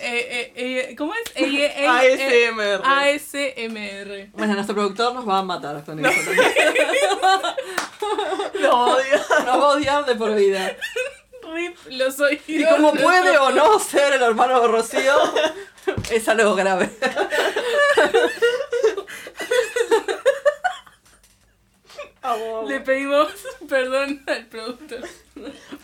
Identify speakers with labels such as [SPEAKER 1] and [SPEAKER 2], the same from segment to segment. [SPEAKER 1] eh, ¿Cómo es? E- E-
[SPEAKER 2] ASMR.
[SPEAKER 1] ASMR.
[SPEAKER 3] Bueno, nuestro productor nos va a matar con eso también.
[SPEAKER 2] Lo odio.
[SPEAKER 3] Nos va a odiar de por vida.
[SPEAKER 1] Rip los oídos.
[SPEAKER 3] Y como puede o no ser el hermano de Rocío, es algo grave.
[SPEAKER 2] Amo, amo.
[SPEAKER 1] Le pedimos perdón al productor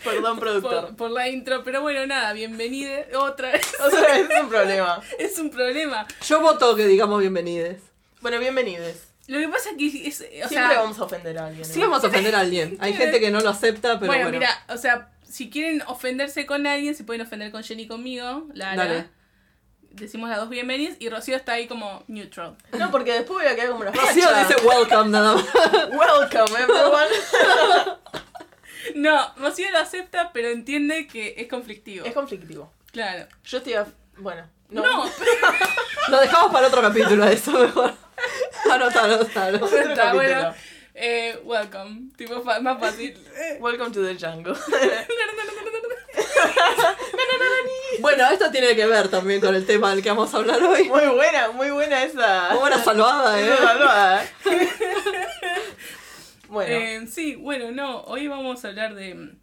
[SPEAKER 2] Perdón, productor.
[SPEAKER 1] por, por la intro, pero bueno, nada, bienvenida otra vez.
[SPEAKER 2] O sea, es un problema.
[SPEAKER 1] Es un problema.
[SPEAKER 3] Yo voto que digamos bienvenides.
[SPEAKER 2] Bueno, bienvenidos.
[SPEAKER 1] Lo que pasa es que es, o
[SPEAKER 2] Siempre
[SPEAKER 1] sea,
[SPEAKER 2] vamos a ofender a alguien.
[SPEAKER 3] Sí vamos a ofender a alguien. Hay gente que no lo acepta, pero
[SPEAKER 1] bueno,
[SPEAKER 3] bueno.
[SPEAKER 1] mira, o sea, si quieren ofenderse con alguien, se pueden ofender con Jenny y conmigo, Lara.
[SPEAKER 3] Dale.
[SPEAKER 1] Decimos las dos bienvenidas y Rocío está ahí como neutral.
[SPEAKER 2] No, porque después voy a quedar como una facha.
[SPEAKER 3] Rocío dice welcome nada más.
[SPEAKER 2] Welcome, everyone.
[SPEAKER 1] No, Rocío lo acepta, pero entiende que es conflictivo.
[SPEAKER 2] Es conflictivo.
[SPEAKER 1] Claro.
[SPEAKER 2] Yo estoy a... Bueno. No.
[SPEAKER 1] No,
[SPEAKER 3] Lo dejamos para otro capítulo, eso mejor. Anótalo, anótalo.
[SPEAKER 1] pero está
[SPEAKER 2] capítulo.
[SPEAKER 1] bueno. Eh, welcome. Tipo, fa- más fácil.
[SPEAKER 2] Welcome to the jungle.
[SPEAKER 3] Bueno, esto tiene que ver también con el tema del que vamos a hablar hoy.
[SPEAKER 2] Muy buena, muy buena esa.
[SPEAKER 3] Buena salvada,
[SPEAKER 2] esa
[SPEAKER 3] eh.
[SPEAKER 2] salvada. Bueno,
[SPEAKER 1] Eh, sí, bueno, no. Hoy vamos a hablar de,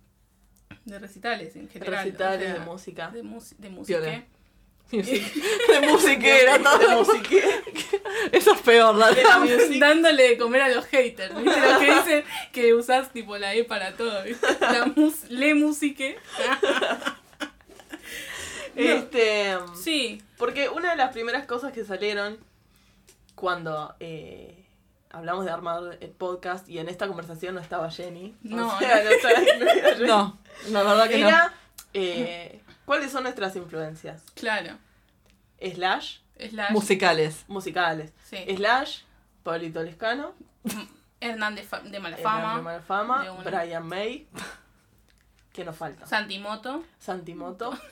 [SPEAKER 1] de recitales en general.
[SPEAKER 2] recitales
[SPEAKER 1] o sea,
[SPEAKER 2] de música.
[SPEAKER 1] De, mus- de música.
[SPEAKER 3] Viola. De musiquera,
[SPEAKER 2] de
[SPEAKER 3] todo.
[SPEAKER 2] musiquera.
[SPEAKER 3] Eso es peor, dale.
[SPEAKER 2] De la music.
[SPEAKER 1] dándole de comer a los haters, ¿viste? Los que dicen que usás tipo la E para todo, ¿viste? La mus le musique. No.
[SPEAKER 2] Este.
[SPEAKER 1] Sí,
[SPEAKER 2] Porque una de las primeras cosas que salieron cuando eh, hablamos de armar el podcast y en esta conversación no estaba Jenny.
[SPEAKER 1] No,
[SPEAKER 2] o sea, no, estaba incluida Jenny.
[SPEAKER 3] No, la verdad que no.
[SPEAKER 2] Era, eh, ¿cuáles son nuestras influencias?
[SPEAKER 1] claro.
[SPEAKER 2] Slash,
[SPEAKER 1] Slash.
[SPEAKER 3] Musicales.
[SPEAKER 2] musicales.
[SPEAKER 1] Sí.
[SPEAKER 2] Slash, Pablito Lescano.
[SPEAKER 1] Hernández fa- de mala
[SPEAKER 2] Hernán de
[SPEAKER 1] fama.
[SPEAKER 2] Malfama,
[SPEAKER 1] De una.
[SPEAKER 2] Brian May. ¿Qué nos falta?
[SPEAKER 1] Santimoto.
[SPEAKER 2] Santimoto.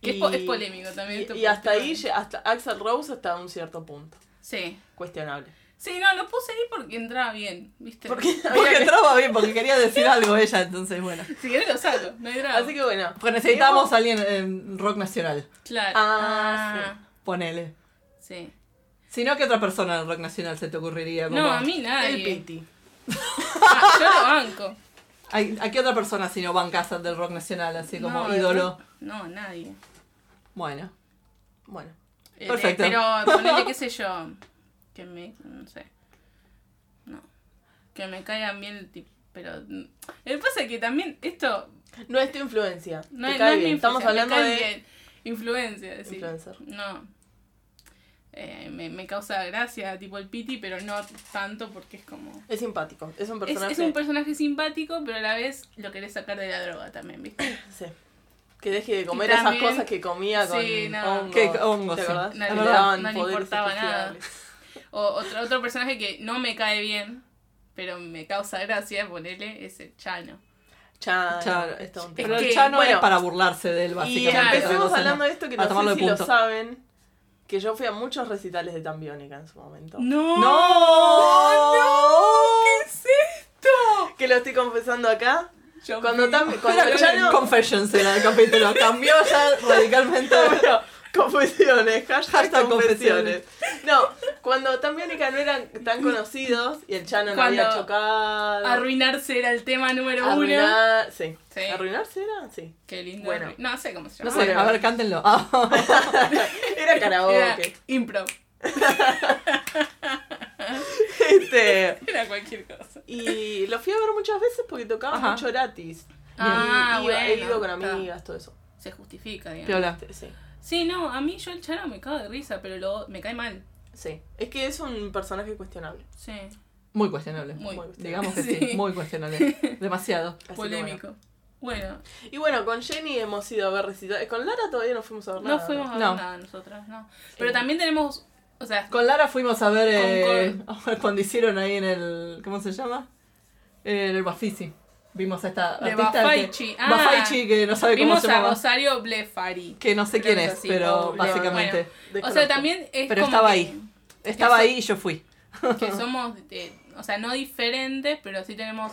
[SPEAKER 1] Que es po- es polémico también este
[SPEAKER 2] Y, y hasta
[SPEAKER 1] punto.
[SPEAKER 2] ahí, lle- hasta Axel Rose hasta un cierto punto.
[SPEAKER 1] Sí.
[SPEAKER 2] Cuestionable.
[SPEAKER 1] Sí, no, lo puse ahí porque entraba bien, ¿viste?
[SPEAKER 2] Porque-
[SPEAKER 3] Porque entraba bien, porque quería decir algo ella, entonces bueno.
[SPEAKER 1] Si querés lo saco, no hay drama.
[SPEAKER 2] Así que bueno.
[SPEAKER 3] Porque necesitábamos a alguien en rock nacional,
[SPEAKER 1] Claro.
[SPEAKER 2] Ah,
[SPEAKER 3] ponele.
[SPEAKER 1] sí.
[SPEAKER 3] Si no, ¿qué otra persona en rock nacional se te ocurriría? Como,
[SPEAKER 1] No, a mí
[SPEAKER 2] El
[SPEAKER 1] nadie.
[SPEAKER 2] Piti.
[SPEAKER 1] Ah, yo lo banco.
[SPEAKER 3] ¿Hay- ¿A, qué otra persona si no van casas del rock nacional, así como
[SPEAKER 1] No,
[SPEAKER 3] ídolo?
[SPEAKER 1] No, nadie.
[SPEAKER 3] Bueno.
[SPEAKER 2] Bueno.
[SPEAKER 1] Eh,
[SPEAKER 3] Perfecto.
[SPEAKER 1] Pero ponele, qué sé yo, que me, no sé, no, que me caigan bien, ti- pero mm, el pasa es que también esto
[SPEAKER 2] No es tu influencia.
[SPEAKER 1] no,
[SPEAKER 2] Te
[SPEAKER 1] es- no
[SPEAKER 2] cae
[SPEAKER 1] es mi
[SPEAKER 2] bien. Estamos
[SPEAKER 1] influencia, me
[SPEAKER 2] hablando de.
[SPEAKER 1] caen bien. influencia, decir.
[SPEAKER 2] Influencer.
[SPEAKER 1] No. Eh, me, me causa gracia, tipo el piti, pero no tanto porque es como...
[SPEAKER 2] Es simpático. Es un
[SPEAKER 1] Es,
[SPEAKER 2] personaje.
[SPEAKER 1] es un personaje simpático, pero a la vez lo querés sacar de la droga también, ¿viste?
[SPEAKER 2] sí. Que deje de comer
[SPEAKER 1] Y también-
[SPEAKER 2] esas cosas que comía con
[SPEAKER 1] Sí, no.
[SPEAKER 2] hongos.
[SPEAKER 3] Que- hongos,
[SPEAKER 2] ¿Te
[SPEAKER 3] sí.
[SPEAKER 2] acordás?
[SPEAKER 1] No,
[SPEAKER 2] Que
[SPEAKER 1] no,
[SPEAKER 2] le daban
[SPEAKER 1] no le
[SPEAKER 2] poderes
[SPEAKER 1] importaba nada.
[SPEAKER 2] especiales.
[SPEAKER 1] O otro, otro personaje que no me cae bien, pero me causa gracia, ponele, es el Chano.
[SPEAKER 2] Chano,
[SPEAKER 3] Chano.
[SPEAKER 2] es tonto.
[SPEAKER 3] Pero
[SPEAKER 1] que-
[SPEAKER 3] el Chano
[SPEAKER 2] bueno.
[SPEAKER 3] es para burlarse de él,
[SPEAKER 2] Y
[SPEAKER 3] básicamente.
[SPEAKER 1] claro.
[SPEAKER 3] otra
[SPEAKER 2] empecemos
[SPEAKER 3] cosa,
[SPEAKER 2] hablando
[SPEAKER 3] ¿no?
[SPEAKER 2] de esto que
[SPEAKER 3] Para
[SPEAKER 2] no
[SPEAKER 3] tomarlo
[SPEAKER 2] sé
[SPEAKER 3] de
[SPEAKER 2] si lo
[SPEAKER 3] punto.
[SPEAKER 2] saben. Que yo fui a muchos recitales de Tambiónica en su momento.
[SPEAKER 1] ¡No!
[SPEAKER 3] ¡No!
[SPEAKER 1] ¿Qué es esto?
[SPEAKER 2] Que lo estoy confesando acá.
[SPEAKER 1] Yo
[SPEAKER 2] Cuando
[SPEAKER 1] vi-
[SPEAKER 2] Tam- cuando
[SPEAKER 3] Era
[SPEAKER 2] Chano-
[SPEAKER 3] Confessions era el capítulo. Cambió ya radicalmente.
[SPEAKER 2] Bueno, confesiones, hashtag,
[SPEAKER 3] Hashtag
[SPEAKER 2] confesiones. No, cuando Tambiónica no eran tan conocidos y el Chano no había
[SPEAKER 1] Cuando
[SPEAKER 2] chocado.
[SPEAKER 1] Arruinarse era el tema número uno.
[SPEAKER 2] Arruinar- sí.
[SPEAKER 1] Sí.
[SPEAKER 2] ¿Arruinarse era? Sí.
[SPEAKER 1] Qué lindo.
[SPEAKER 2] Bueno.
[SPEAKER 1] arruin- No sé cómo se
[SPEAKER 3] No
[SPEAKER 1] llama.
[SPEAKER 3] sé, a ver, cántenlo. Ah,
[SPEAKER 2] Era
[SPEAKER 1] Era
[SPEAKER 2] karaoke.
[SPEAKER 1] impro.
[SPEAKER 2] Este,
[SPEAKER 1] Era cualquier cosa.
[SPEAKER 2] y lo fui a ver muchas veces porque tocaba
[SPEAKER 3] Ajá.
[SPEAKER 2] mucho gratis.
[SPEAKER 1] Ah,
[SPEAKER 2] y, iba-
[SPEAKER 1] bueno.
[SPEAKER 2] He ido con
[SPEAKER 1] está.
[SPEAKER 2] amigas, todo eso.
[SPEAKER 1] Se justifica, digamos.
[SPEAKER 3] Piola.
[SPEAKER 2] Este, sí.
[SPEAKER 1] Sí, no, a mí yo el Chano me cago de risa, pero lo, me cae mal.
[SPEAKER 2] Sí. Es que es un personaje cuestionable.
[SPEAKER 1] Sí,
[SPEAKER 3] Muy cuestionable.
[SPEAKER 1] muy
[SPEAKER 2] Muy
[SPEAKER 3] Digamos que sí,
[SPEAKER 1] Sí.
[SPEAKER 3] muy cuestionable. Demasiado.
[SPEAKER 2] Así que
[SPEAKER 1] polémico. Bueno,
[SPEAKER 2] bueno. Y bueno, con Jenny hemos ido a ver recitales. Con Lara todavía no fuimos a ver
[SPEAKER 1] no
[SPEAKER 2] nada,
[SPEAKER 1] fuimos a ver
[SPEAKER 3] No.
[SPEAKER 1] nada nosotras, no. Pero también tenemos, o sea,
[SPEAKER 3] Con Lara fuimos a ver eh, cuando hicieron ahí en el. ¿Cómo se llama? En el Bafisi. Vimos a esta
[SPEAKER 1] De
[SPEAKER 3] artista.
[SPEAKER 1] Bafaichi.
[SPEAKER 3] Que,
[SPEAKER 1] Ah.
[SPEAKER 3] Bafaichi, que no sabe cómo
[SPEAKER 1] vimos
[SPEAKER 3] se
[SPEAKER 1] a
[SPEAKER 3] llama.
[SPEAKER 1] Rosario Blefari.
[SPEAKER 3] Que no sé
[SPEAKER 1] Creo
[SPEAKER 3] quién
[SPEAKER 1] que
[SPEAKER 3] es,
[SPEAKER 1] sí.
[SPEAKER 3] pero
[SPEAKER 2] Oh,
[SPEAKER 3] básicamente.
[SPEAKER 1] bueno. O sea,
[SPEAKER 2] Desconozco.
[SPEAKER 1] también es
[SPEAKER 3] Pero
[SPEAKER 1] como
[SPEAKER 3] estaba
[SPEAKER 1] que-
[SPEAKER 3] ahí. Estaba
[SPEAKER 1] eso-
[SPEAKER 3] ahí y yo fui.
[SPEAKER 1] que somos, eh, o sea, no diferentes, pero sí tenemos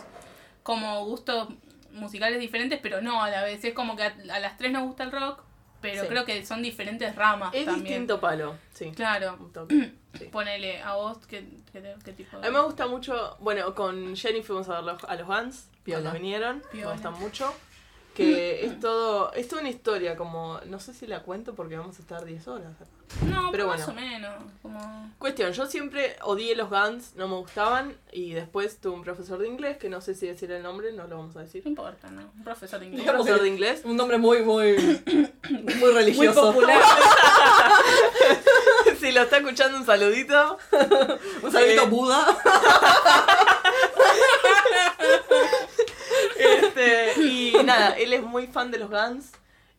[SPEAKER 1] como gustos musicales diferentes, pero no a la vez. Es como que a, a las tres nos gusta el rock, pero
[SPEAKER 2] Sí.
[SPEAKER 1] creo que son diferentes ramas
[SPEAKER 2] Es
[SPEAKER 1] también.
[SPEAKER 2] distinto palo, sí.
[SPEAKER 1] Claro.
[SPEAKER 2] Un toque, sí.
[SPEAKER 1] Ponele a vos qué, qué, qué tipo
[SPEAKER 2] A
[SPEAKER 1] de...
[SPEAKER 2] mí me gusta mucho, bueno, con Jenny fuimos a ver los, a los Guns,
[SPEAKER 3] Piola.
[SPEAKER 2] cuando vinieron,
[SPEAKER 1] Piola.
[SPEAKER 2] me gustan mucho. Que es todo, es toda una historia, como, no sé si la cuento porque vamos a estar 10 horas.
[SPEAKER 1] No,
[SPEAKER 2] pero
[SPEAKER 1] pero más
[SPEAKER 2] bueno.
[SPEAKER 1] o menos. Como...
[SPEAKER 2] Cuestión, yo siempre odié los Guns, no me gustaban, y después tuve un profesor de inglés, que no sé si decir el nombre, no lo vamos a decir.
[SPEAKER 1] No importa, ¿no? Un profesor de
[SPEAKER 2] Un
[SPEAKER 1] inglés.
[SPEAKER 3] Claro.
[SPEAKER 2] profesor de inglés.
[SPEAKER 3] Un nombre muy, muy, muy
[SPEAKER 1] Muy
[SPEAKER 3] religioso.
[SPEAKER 1] popular.
[SPEAKER 2] si lo está escuchando, un saludito.
[SPEAKER 3] Un saludito a
[SPEAKER 2] Eh,
[SPEAKER 3] Buda.
[SPEAKER 2] Este, y nada, él es muy fan de los Guns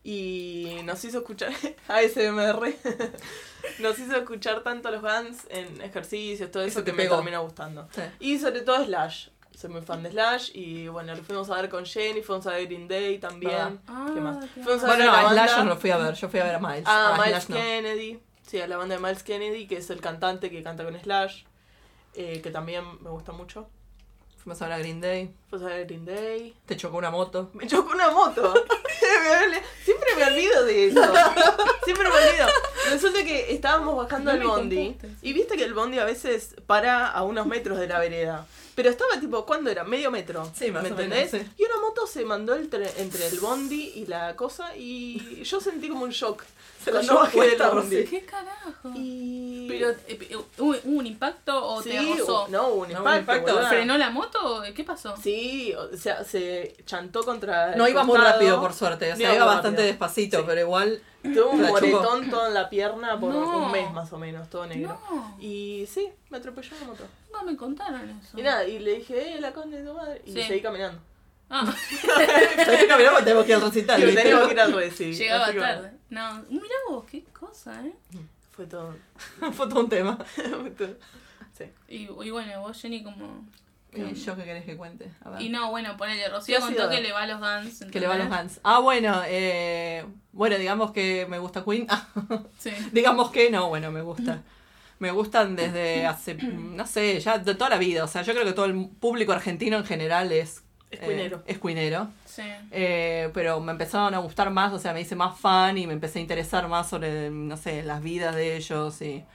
[SPEAKER 2] y nos hizo escuchar ASMR. nos hizo escuchar tanto los Guns en ejercicios, todo
[SPEAKER 3] Eso
[SPEAKER 2] eso,
[SPEAKER 3] te
[SPEAKER 2] que me
[SPEAKER 3] pegó.
[SPEAKER 2] terminó gustando.
[SPEAKER 3] Sí.
[SPEAKER 2] Y sobre todo Slash. Soy muy fan de Slash y bueno, lo fuimos a ver con Jenny, fuimos a ver Green Day también.
[SPEAKER 1] Ah,
[SPEAKER 2] ¿Qué más?
[SPEAKER 1] claro.
[SPEAKER 2] Fuimos a
[SPEAKER 3] Bueno,
[SPEAKER 2] ver
[SPEAKER 3] no,
[SPEAKER 2] a
[SPEAKER 3] a
[SPEAKER 2] la
[SPEAKER 3] Slash
[SPEAKER 2] banda-
[SPEAKER 3] yo no lo fui a ver. Yo fui a ver a Miles. a
[SPEAKER 2] Ah, Miles
[SPEAKER 3] Slash no.
[SPEAKER 2] Kennedy. Sí, a la banda de Miles Kennedy, que es el cantante que canta con Slash, eh, que también me gusta mucho.
[SPEAKER 3] Fuimos a ver a Green Day.
[SPEAKER 2] Fuimos a ver Green Day.
[SPEAKER 3] Te chocó una moto.
[SPEAKER 2] Me chocó una moto. Me olvidé- Siempre me olvido de eso. Siempre me olvido. Resulta que estábamos
[SPEAKER 1] No
[SPEAKER 2] bajando al
[SPEAKER 1] me
[SPEAKER 2] bondi.
[SPEAKER 1] contaste.
[SPEAKER 2] Y viste que el bondi a veces para a unos metros de la vereda. Pero estaba tipo, ¿cuándo era? Medio metro.
[SPEAKER 3] Sí, más
[SPEAKER 2] ¿Me
[SPEAKER 3] o
[SPEAKER 2] entendés?
[SPEAKER 3] menos, sí.
[SPEAKER 2] Y una moto se mandó entre, entre el bondi y la cosa. Y yo sentí como un shock.
[SPEAKER 3] Se la
[SPEAKER 2] cuando
[SPEAKER 3] llevó
[SPEAKER 2] bajé
[SPEAKER 3] puesta,
[SPEAKER 2] del bondi.
[SPEAKER 3] Rosy.
[SPEAKER 1] ¿Qué carajo?
[SPEAKER 2] Y.
[SPEAKER 1] Pero, eh, eh, ¿hubo hubo un impacto o
[SPEAKER 2] sí,
[SPEAKER 1] te acosó?
[SPEAKER 2] no, hubo un
[SPEAKER 3] No,
[SPEAKER 2] impacto.
[SPEAKER 3] un impacto.
[SPEAKER 2] boluda.
[SPEAKER 1] ¿Frenó la moto? ¿Qué pasó?
[SPEAKER 2] Sí, o sea, se chantó contra. el
[SPEAKER 3] No iba muy
[SPEAKER 2] costado.
[SPEAKER 3] rápido, por suerte. O
[SPEAKER 2] No
[SPEAKER 3] sea, iba
[SPEAKER 2] iba
[SPEAKER 3] bastante
[SPEAKER 2] rápido.
[SPEAKER 3] despacito,
[SPEAKER 2] Sí.
[SPEAKER 3] pero igual.
[SPEAKER 2] Tuve un
[SPEAKER 3] La chocó.
[SPEAKER 2] moretón todo en la pierna por
[SPEAKER 1] No.
[SPEAKER 2] un mes más o menos, todo negro.
[SPEAKER 1] No,
[SPEAKER 2] Y sí, me atropelló la moto.
[SPEAKER 1] no me contaron eso.
[SPEAKER 2] Y nada, y le dije, eh, la conde de tu madre. Y
[SPEAKER 1] Ah. Sí.
[SPEAKER 2] seguí caminando.
[SPEAKER 1] Ah,
[SPEAKER 3] Sabés que caminamos, tenemos que ir al recital.
[SPEAKER 2] Pero
[SPEAKER 3] ¿viste?
[SPEAKER 2] tenía que ir al recibo.
[SPEAKER 1] llegaba tarde. No, mirá vos, qué cosa, ¿eh?
[SPEAKER 2] Fue todo.
[SPEAKER 3] Fue todo un tema.
[SPEAKER 2] Fue todo.
[SPEAKER 3] Eh.
[SPEAKER 1] Y, y bueno, vos, Jenny, como...
[SPEAKER 3] ¿Y yo qué querés que cuente? A ver.
[SPEAKER 1] Y no, bueno, ponele, Rocío
[SPEAKER 2] ¿Qué ha
[SPEAKER 1] contó
[SPEAKER 2] sido?
[SPEAKER 1] que le va a los Guns.
[SPEAKER 3] Que le va a los
[SPEAKER 1] ¿entendés?
[SPEAKER 3] Guns. Ah, bueno, eh, bueno, digamos que me gusta Queen. Ah,
[SPEAKER 1] Sí.
[SPEAKER 3] digamos que no, bueno, me gusta. Me gustan desde hace, no sé, ya de toda la vida. O sea, yo creo que todo el público argentino en general es...
[SPEAKER 2] Es cuinero.
[SPEAKER 3] eh, es cuinero.
[SPEAKER 1] Sí.
[SPEAKER 3] Eh, pero me empezaron a gustar más, o sea, me hice más fan y me empecé a interesar más sobre, no sé, las vidas de ellos y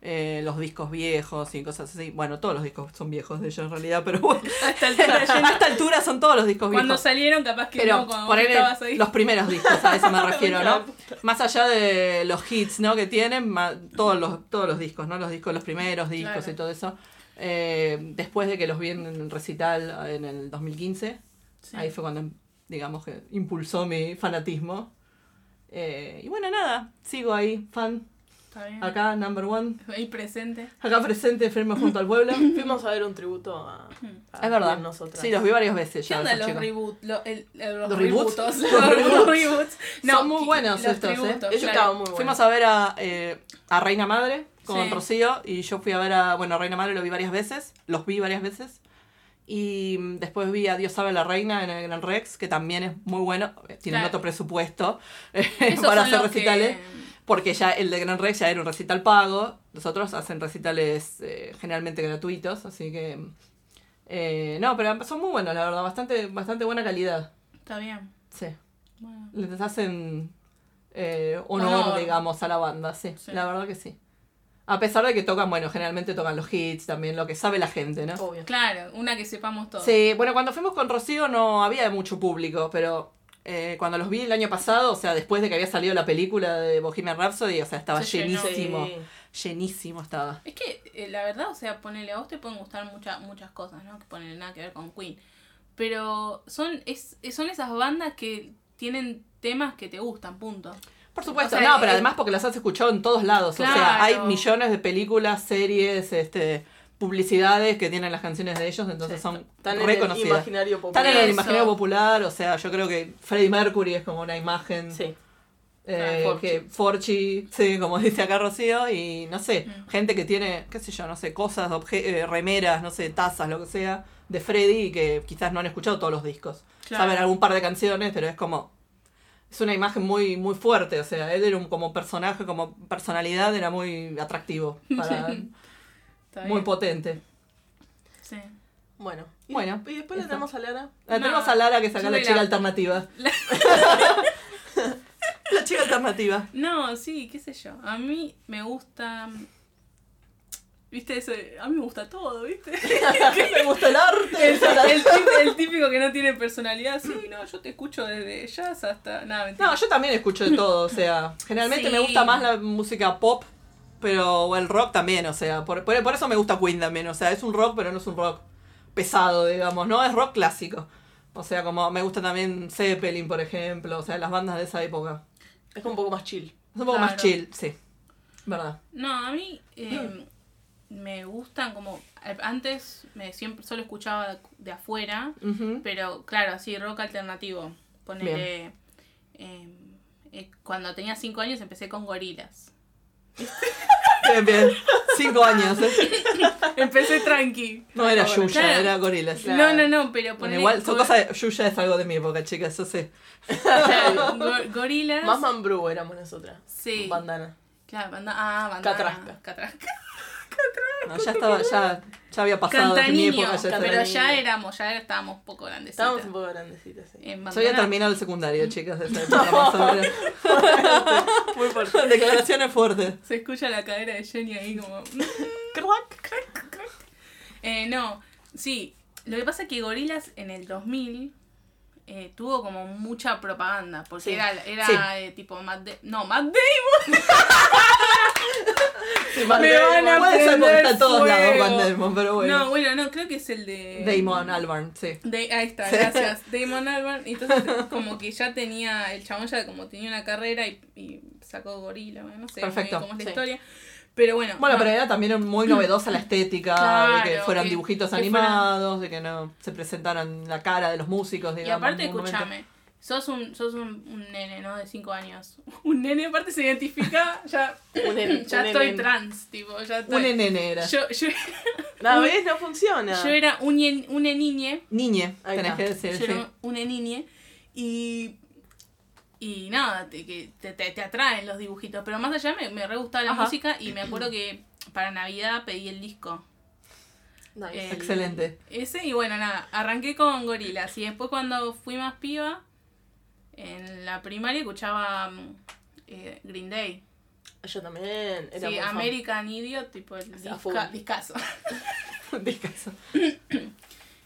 [SPEAKER 3] eh, los discos viejos y cosas así. Bueno, todos los discos son viejos de ellos en realidad, pero bueno.
[SPEAKER 1] Hasta el
[SPEAKER 3] a esta altura son todos los discos
[SPEAKER 1] Cuando
[SPEAKER 3] viejos.
[SPEAKER 1] salieron, capaz que
[SPEAKER 3] Pero
[SPEAKER 1] no, cuando vos
[SPEAKER 3] por
[SPEAKER 1] estabas ahí.
[SPEAKER 3] los primeros discos, a eso me refiero, ¿no?
[SPEAKER 2] Claro.
[SPEAKER 3] Más allá de los hits, ¿no? Que tienen, ma- todos los, todos los discos, ¿no? Los discos, los primeros discos
[SPEAKER 1] Claro.
[SPEAKER 3] y todo eso. Eh, después de que los vi en el recital en el 2015,
[SPEAKER 1] Sí.
[SPEAKER 3] ahí fue cuando, digamos, que impulsó mi fanatismo. Eh, y bueno, nada, sigo ahí, fan,
[SPEAKER 1] Está bien.
[SPEAKER 3] acá, number one,
[SPEAKER 1] Ahí presente.
[SPEAKER 3] acá presente, firme junto al pueblo. Es
[SPEAKER 2] Fuimos a ver un tributo a. a
[SPEAKER 3] verdad.
[SPEAKER 2] Nosotras.
[SPEAKER 3] Sí, los vi varias veces
[SPEAKER 1] ¿Qué
[SPEAKER 3] ya.
[SPEAKER 1] onda
[SPEAKER 3] esos
[SPEAKER 1] los
[SPEAKER 3] chicos.
[SPEAKER 1] reboots? eh, los,
[SPEAKER 3] ¿Los reboots?
[SPEAKER 1] rebootos,
[SPEAKER 3] Los
[SPEAKER 1] Los
[SPEAKER 3] reboots.
[SPEAKER 1] reboots.
[SPEAKER 3] Son muy
[SPEAKER 1] qui-
[SPEAKER 3] buenos
[SPEAKER 1] los
[SPEAKER 3] estos, ¿eh?
[SPEAKER 1] tributos,
[SPEAKER 2] Ellos
[SPEAKER 1] claro.
[SPEAKER 2] estaban muy buenos.
[SPEAKER 3] Fuimos a ver a, eh, a Reina Madre con
[SPEAKER 1] Sí.
[SPEAKER 3] Rocío y yo fui a ver a, bueno, a Reina Madre lo vi varias veces, los vi varias veces. Y mm, después vi a Dios sabe la reina en el Gran Rex, que también es muy bueno, eh, tienen
[SPEAKER 1] Claro.
[SPEAKER 3] otro presupuesto eh,
[SPEAKER 1] Esos
[SPEAKER 3] para
[SPEAKER 1] son
[SPEAKER 3] hacer
[SPEAKER 1] los que-
[SPEAKER 3] recitales, porque ya el de Gran Rex ya era un recital pago, los otros hacen recitales eh, generalmente gratuitos, así que... mm, eh, no, pero son muy buenos, la verdad, bastante, bastante buena calidad.
[SPEAKER 1] Está bien.
[SPEAKER 3] Sí
[SPEAKER 1] Bueno.
[SPEAKER 3] les hacen eh, honor,
[SPEAKER 1] Honor.
[SPEAKER 3] digamos, a la banda, sí,
[SPEAKER 1] Sí.
[SPEAKER 3] La verdad que sí. A pesar de que tocan, bueno, generalmente tocan los hits también, lo que sabe la gente, ¿no?
[SPEAKER 2] Obvio.
[SPEAKER 1] Claro, una que sepamos todos.
[SPEAKER 3] Sí, bueno, cuando fuimos con Rocío no había mucho público, pero eh, cuando los vi el año pasado, o sea, después de que había salido la película de Bohemian Rhapsody, o sea, estaba
[SPEAKER 1] Se llenó.
[SPEAKER 3] llenísimo.
[SPEAKER 2] Sí.
[SPEAKER 3] Llenísimo estaba.
[SPEAKER 1] Es que eh, la verdad, o sea, ponele a vos te pueden gustar muchas muchas cosas, ¿no? Que ponen nada que ver con Queen. Pero son es, eh, son esas bandas que tienen temas que te gustan, punto.
[SPEAKER 3] Por supuesto,
[SPEAKER 1] O sea,
[SPEAKER 3] no, pero
[SPEAKER 1] eh,
[SPEAKER 3] además porque las has escuchado en todos lados, o sea,
[SPEAKER 1] Claro.
[SPEAKER 3] hay millones de películas, series, este publicidades que tienen las canciones de ellos, entonces
[SPEAKER 2] Sí.
[SPEAKER 3] son
[SPEAKER 2] Están en el
[SPEAKER 3] reconocidas.
[SPEAKER 2] imaginario popular.
[SPEAKER 3] Están en el
[SPEAKER 1] Eso.
[SPEAKER 3] imaginario popular, o sea, yo creo que Freddie Mercury es como una imagen
[SPEAKER 2] Sí.
[SPEAKER 3] eh,
[SPEAKER 2] Claro, Forchi.
[SPEAKER 3] que Forchi, sí, como dice acá Rocío, y no sé,
[SPEAKER 1] Mm.
[SPEAKER 3] gente que tiene, qué sé yo, no sé, cosas, obje- eh, remeras, no sé, tazas, lo que sea, de Freddie y que quizás no han escuchado todos los discos.
[SPEAKER 1] Claro.
[SPEAKER 3] Saben algún par de canciones, pero es como es una imagen muy muy fuerte, o sea, él era un como personaje, como personalidad era muy atractivo, para-
[SPEAKER 1] Está
[SPEAKER 3] muy
[SPEAKER 1] bien.
[SPEAKER 3] potente.
[SPEAKER 1] Sí.
[SPEAKER 2] Bueno. Y,
[SPEAKER 3] Bueno,
[SPEAKER 2] Y después le
[SPEAKER 3] eso.
[SPEAKER 2] tenemos a Lara.
[SPEAKER 3] La
[SPEAKER 1] No,
[SPEAKER 3] tenemos a Lara que
[SPEAKER 1] yo
[SPEAKER 3] saca la
[SPEAKER 1] soy
[SPEAKER 3] chica
[SPEAKER 1] la-
[SPEAKER 3] alternativa.
[SPEAKER 1] la-
[SPEAKER 3] la chica alternativa.
[SPEAKER 1] No, sí, qué sé yo. A mí me gusta. mm, ¿Viste eso? de, A mí me gusta todo, ¿viste?
[SPEAKER 3] Me gusta el arte.
[SPEAKER 1] El,
[SPEAKER 3] el arte.
[SPEAKER 1] el típico, el típico que no tiene personalidad, sí, no, yo te escucho desde jazz hasta. Nada, mentira.
[SPEAKER 3] No, yo también escucho de todo, o sea, generalmente
[SPEAKER 1] Sí.
[SPEAKER 3] me gusta más la música pop, pero o el rock también, o sea, por, por- por eso me gusta Queen también, o sea, es un rock, pero no es un rock pesado, digamos, ¿no? Es rock clásico. O sea, como me gusta también Zeppelin, por ejemplo, o sea, las bandas de esa época.
[SPEAKER 2] Es como un poco más chill.
[SPEAKER 3] Es un poco más
[SPEAKER 1] Claro.
[SPEAKER 3] chill, sí. ¿Verdad?
[SPEAKER 1] No, a mí eh, me gustan como. eh, Antes me siempre solo escuchaba de afuera,
[SPEAKER 3] Ujú.
[SPEAKER 1] pero claro, así rock alternativo. Ponele. eh, eh, cuando tenía 5 años empecé con gorilas.
[SPEAKER 3] Bien, bien. Cinco años, ¿eh?
[SPEAKER 1] empecé tranqui.
[SPEAKER 3] No era
[SPEAKER 2] Bueno,
[SPEAKER 3] Yuya,
[SPEAKER 1] claro.
[SPEAKER 3] era Gorilas.
[SPEAKER 1] No, no, no, pero
[SPEAKER 3] Bueno,
[SPEAKER 1] ponele.
[SPEAKER 3] igual, son
[SPEAKER 1] gor-
[SPEAKER 3] cosas de- Yuya es algo de mi época, chicas, yo sé.
[SPEAKER 1] gor- gorilas.
[SPEAKER 2] Más Mambrú éramos nosotras.
[SPEAKER 1] Sí.
[SPEAKER 2] Bandana.
[SPEAKER 1] Claro, banda. Ah, bandana.
[SPEAKER 2] Catrasca.
[SPEAKER 1] Catrasca.
[SPEAKER 3] No, ya estaba, ya, ya había pasado de mi
[SPEAKER 1] Cantaniño.
[SPEAKER 3] época, ya estaba.
[SPEAKER 1] pero
[SPEAKER 2] Cantaniño.
[SPEAKER 1] ya éramos, ya estábamos poco grandes.
[SPEAKER 2] Estábamos un poco grandecitas, sí.
[SPEAKER 3] Yo había terminado el secundario, chicas. de esa época, más o menos.
[SPEAKER 1] Ah,
[SPEAKER 2] Muy fuerte.
[SPEAKER 3] Declaraciones fuertes.
[SPEAKER 1] Se escucha la cadera de Jenny ahí como. Eh, no, sí. Lo que pasa es que Gorilas en el 2000 eh, tuvo como mucha propaganda. Porque
[SPEAKER 2] Sí.
[SPEAKER 1] era, era
[SPEAKER 3] Sí.
[SPEAKER 1] eh, tipo Matt Da- No, Matt Damon.
[SPEAKER 2] Me van a
[SPEAKER 3] Puede ser porque
[SPEAKER 1] prender
[SPEAKER 3] está en todos lados
[SPEAKER 1] fuego.
[SPEAKER 3] Van Damon, pero bueno.
[SPEAKER 1] No, eh, bueno, no, creo que es el de.
[SPEAKER 3] Damon Albarn, sí.
[SPEAKER 1] De- ahí está, gracias. Damon Albarn. Entonces, como que ya tenía, el chabón ya como tenía una carrera y, y sacó gorila, bueno, no sé muy bien
[SPEAKER 3] Perfecto,
[SPEAKER 1] cómo es la
[SPEAKER 2] sí.
[SPEAKER 1] historia. Pero bueno.
[SPEAKER 3] Bueno,
[SPEAKER 1] no,
[SPEAKER 3] pero era también muy novedosa la estética, de que
[SPEAKER 1] Claro,
[SPEAKER 3] fueran
[SPEAKER 1] que-
[SPEAKER 3] dibujitos
[SPEAKER 1] que
[SPEAKER 3] animados, de que no se presentaran la cara de los músicos,
[SPEAKER 1] Y
[SPEAKER 3] digamos.
[SPEAKER 1] aparte,
[SPEAKER 3] en un momento.
[SPEAKER 1] escúchame. Sos un, sos un, un nene, ¿no? De 5 años. Un nene, aparte, se identifica. Ya,
[SPEAKER 2] Un en-
[SPEAKER 1] ya
[SPEAKER 2] un
[SPEAKER 1] estoy
[SPEAKER 2] en-
[SPEAKER 1] trans, tipo. Ya estoy.
[SPEAKER 3] Un nene era.
[SPEAKER 1] yo, yo,
[SPEAKER 2] La vez no funciona.
[SPEAKER 1] yo era un, nen- un neniñe.
[SPEAKER 3] Niñe,
[SPEAKER 2] Ahí
[SPEAKER 3] tenés
[SPEAKER 2] está.
[SPEAKER 3] que decir.
[SPEAKER 1] Yo
[SPEAKER 3] sí.
[SPEAKER 1] era un neniñe. Y. Y nada, te, que te, te- te atraen los dibujitos. Pero más allá me, me re gustaba la
[SPEAKER 3] Ajá.
[SPEAKER 1] música y me acuerdo que para Navidad pedí el disco.
[SPEAKER 2] Nice.
[SPEAKER 1] el-
[SPEAKER 3] Excelente.
[SPEAKER 1] Ese y bueno, nada, arranqué con gorilas y después cuando fui más piba, en la primaria escuchaba mm, eh, Green Day.
[SPEAKER 2] Yo también. Era
[SPEAKER 1] Sí,
[SPEAKER 2] muy fan.
[SPEAKER 1] American Idiot, tipo el
[SPEAKER 2] sea,
[SPEAKER 1] disca-
[SPEAKER 2] full.
[SPEAKER 1] discazo.
[SPEAKER 3] Discaso.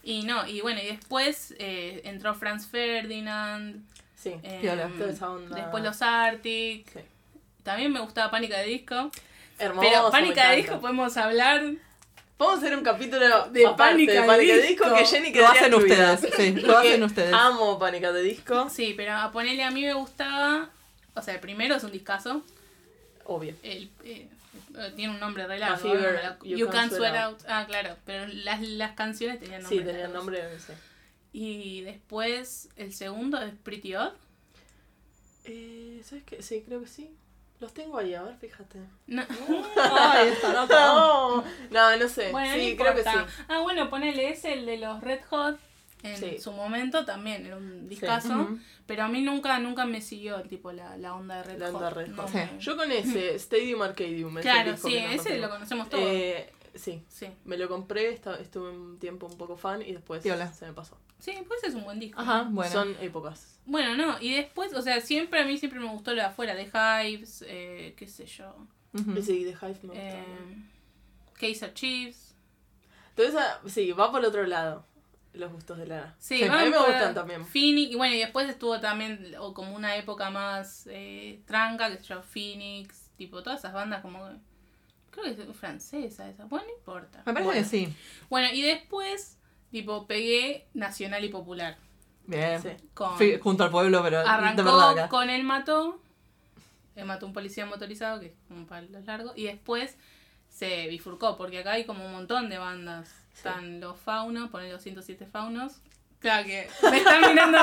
[SPEAKER 1] Y no, y bueno, y después eh, entró Franz Ferdinand,
[SPEAKER 2] Sí.
[SPEAKER 1] eh,
[SPEAKER 3] Piola.
[SPEAKER 2] Toda esa onda.
[SPEAKER 1] después los Arctic.
[SPEAKER 2] Sí.
[SPEAKER 1] También me gustaba Pánica de Disco.
[SPEAKER 2] Hermoso.
[SPEAKER 1] Pero
[SPEAKER 2] me
[SPEAKER 1] Pánica de
[SPEAKER 2] encanta.
[SPEAKER 1] Disco podemos hablar.
[SPEAKER 2] Vamos a hacer un capítulo
[SPEAKER 1] De
[SPEAKER 2] aparte
[SPEAKER 1] Pánica
[SPEAKER 2] de
[SPEAKER 1] de
[SPEAKER 2] Pánica de
[SPEAKER 1] Disco.
[SPEAKER 2] Disco que Jenny
[SPEAKER 3] Lo
[SPEAKER 2] quedaría
[SPEAKER 3] hacen
[SPEAKER 2] excluida.
[SPEAKER 3] ustedes, sí, lo
[SPEAKER 2] Porque
[SPEAKER 3] hacen ustedes.
[SPEAKER 2] Amo Pánica de Disco.
[SPEAKER 1] Sí, pero a ponerle a mí me gustaba. O sea, el primero es un discazo.
[SPEAKER 2] Obvio.
[SPEAKER 1] el, eh, eh, tiene un nombre re largo.
[SPEAKER 2] A Fever,
[SPEAKER 1] ahora no me la- you, Can't Sweat
[SPEAKER 2] Out.
[SPEAKER 1] out. Ah, claro, pero las, las canciones tenían nombre.
[SPEAKER 2] Sí, tenía el
[SPEAKER 1] largo.
[SPEAKER 2] nombre. Sí.
[SPEAKER 1] Y después el segundo es Pretty Odd.
[SPEAKER 2] Eh, ¿Sabes qué? Sí, creo que sí. Los tengo ahí, a ver, fíjate.
[SPEAKER 1] No.
[SPEAKER 2] Uh,
[SPEAKER 3] Ay, esta loca.
[SPEAKER 2] No, Oh. no, no sé.
[SPEAKER 1] Bueno, no
[SPEAKER 2] sí, creo
[SPEAKER 1] importa.
[SPEAKER 2] que sí.
[SPEAKER 1] Ah, bueno, ponele ese, el de los Red Hot. En
[SPEAKER 2] Sí.
[SPEAKER 1] su momento también era un discazo.
[SPEAKER 3] Ujú.
[SPEAKER 1] Pero a mí nunca, nunca me siguió tipo la, la onda de Red
[SPEAKER 2] La
[SPEAKER 1] Hot.
[SPEAKER 2] onda Red Hot.
[SPEAKER 1] me-
[SPEAKER 3] Sí.
[SPEAKER 2] Yo con ese, Stadium Arcadium. ese
[SPEAKER 1] Claro,
[SPEAKER 2] disco
[SPEAKER 1] sí,
[SPEAKER 2] que nos
[SPEAKER 1] ese lo
[SPEAKER 2] rompimos.
[SPEAKER 1] conocemos todos.
[SPEAKER 2] Eh, sí,
[SPEAKER 1] sí.
[SPEAKER 2] me lo compré, esta- estuve un tiempo un poco fan y después
[SPEAKER 3] Piola.
[SPEAKER 2] se me pasó.
[SPEAKER 1] Sí, pues es un buen disco.
[SPEAKER 3] Ajá, bueno.
[SPEAKER 2] Son épocas.
[SPEAKER 1] Bueno, no, y después, o sea, siempre a mí siempre me gustó lo de afuera, de Hives, eh, qué sé yo,
[SPEAKER 3] Ujú.
[SPEAKER 2] Sí, de Hive me gusta.
[SPEAKER 1] eh, Kaiser Chiefs.
[SPEAKER 2] Entonces, ah, sí, va por otro lado. Los gustos de Lara.
[SPEAKER 1] Sí,
[SPEAKER 3] Sí, a
[SPEAKER 1] van
[SPEAKER 2] a mí me
[SPEAKER 1] por
[SPEAKER 2] gustan también.
[SPEAKER 1] Phoenix, y bueno, y después estuvo también o como una época más eh, tranca, qué sé yo, Phoenix, tipo todas esas bandas como... que- Creo que es francesa esa, bueno, no importa.
[SPEAKER 3] Me parece
[SPEAKER 2] Bueno.
[SPEAKER 3] que sí.
[SPEAKER 1] Bueno, y después, tipo, pegué Nacional y Popular.
[SPEAKER 3] Bien.
[SPEAKER 2] Sí.
[SPEAKER 1] Con...
[SPEAKER 3] Fui junto al pueblo, pero de
[SPEAKER 1] Arrancó
[SPEAKER 3] verdad acá.
[SPEAKER 1] con el mató. El mató un policía motorizado, que es un palo largo. Y después se bifurcó, porque acá hay como un montón de bandas. Están los faunos, ponen los 107 faunos. Claro que me están mirando,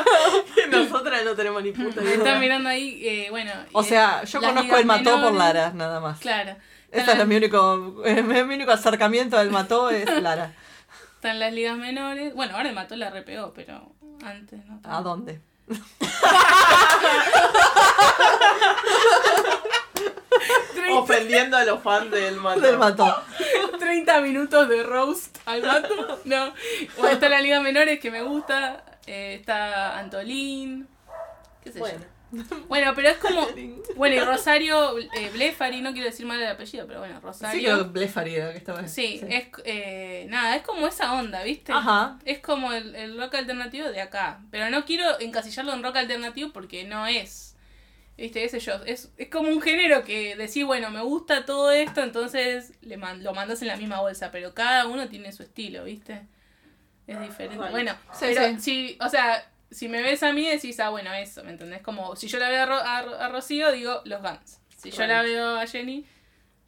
[SPEAKER 2] Nosotras no tenemos ni puta
[SPEAKER 1] me
[SPEAKER 2] idea.
[SPEAKER 1] están mirando ahí, eh, bueno.
[SPEAKER 3] O
[SPEAKER 1] y
[SPEAKER 3] sea,
[SPEAKER 1] es-
[SPEAKER 3] yo
[SPEAKER 1] las
[SPEAKER 3] conozco el
[SPEAKER 1] ligas
[SPEAKER 3] Mató por
[SPEAKER 1] menores,
[SPEAKER 3] Lara, nada más.
[SPEAKER 1] Claro.
[SPEAKER 3] Ese
[SPEAKER 1] Están,
[SPEAKER 3] es mi único, eh, mi único acercamiento al Mató es Lara.
[SPEAKER 1] están las ligas menores. Bueno, ahora el mató la repeó, pero antes no.
[SPEAKER 3] ¿A
[SPEAKER 1] tanto.
[SPEAKER 3] dónde?
[SPEAKER 1] Tre-
[SPEAKER 2] Ofendiendo a los fans del Mato.
[SPEAKER 3] Del Mató.
[SPEAKER 1] 30 minutos de roast al gato. No. Bueno, está la Liga Menores que me gusta. eh, está Antolín. ¿Qué sé
[SPEAKER 2] Bueno,
[SPEAKER 1] yo? Bueno, pero es como. Bueno, y Rosario eh, Blefari, no quiero decir mal el apellido, pero bueno,
[SPEAKER 3] Sí, creo que
[SPEAKER 1] Rosario.
[SPEAKER 3] Blefari era que estaba.
[SPEAKER 1] Sí, es. eh, nada, es como esa onda, ¿viste?
[SPEAKER 3] Ajá.
[SPEAKER 1] Es como el, el rock alternativo de acá. Pero no quiero encasillarlo en rock alternativo porque no es. ¿Viste? Ese yo. Es, es como un género que decís, bueno, me gusta todo esto, entonces le man- lo mandas en la misma bolsa. Pero cada uno tiene su estilo, ¿viste? Es diferente.
[SPEAKER 2] Vale.
[SPEAKER 1] Bueno,
[SPEAKER 3] Sí,
[SPEAKER 1] pero
[SPEAKER 3] sí.
[SPEAKER 1] si. O sea. Si me ves a mí decís, ah, bueno, eso, ¿me entendés? Como si yo la veo a, Ro- a Ro- a Rocío, digo los Guns. Si yo
[SPEAKER 2] Right.
[SPEAKER 1] la veo a Jenny,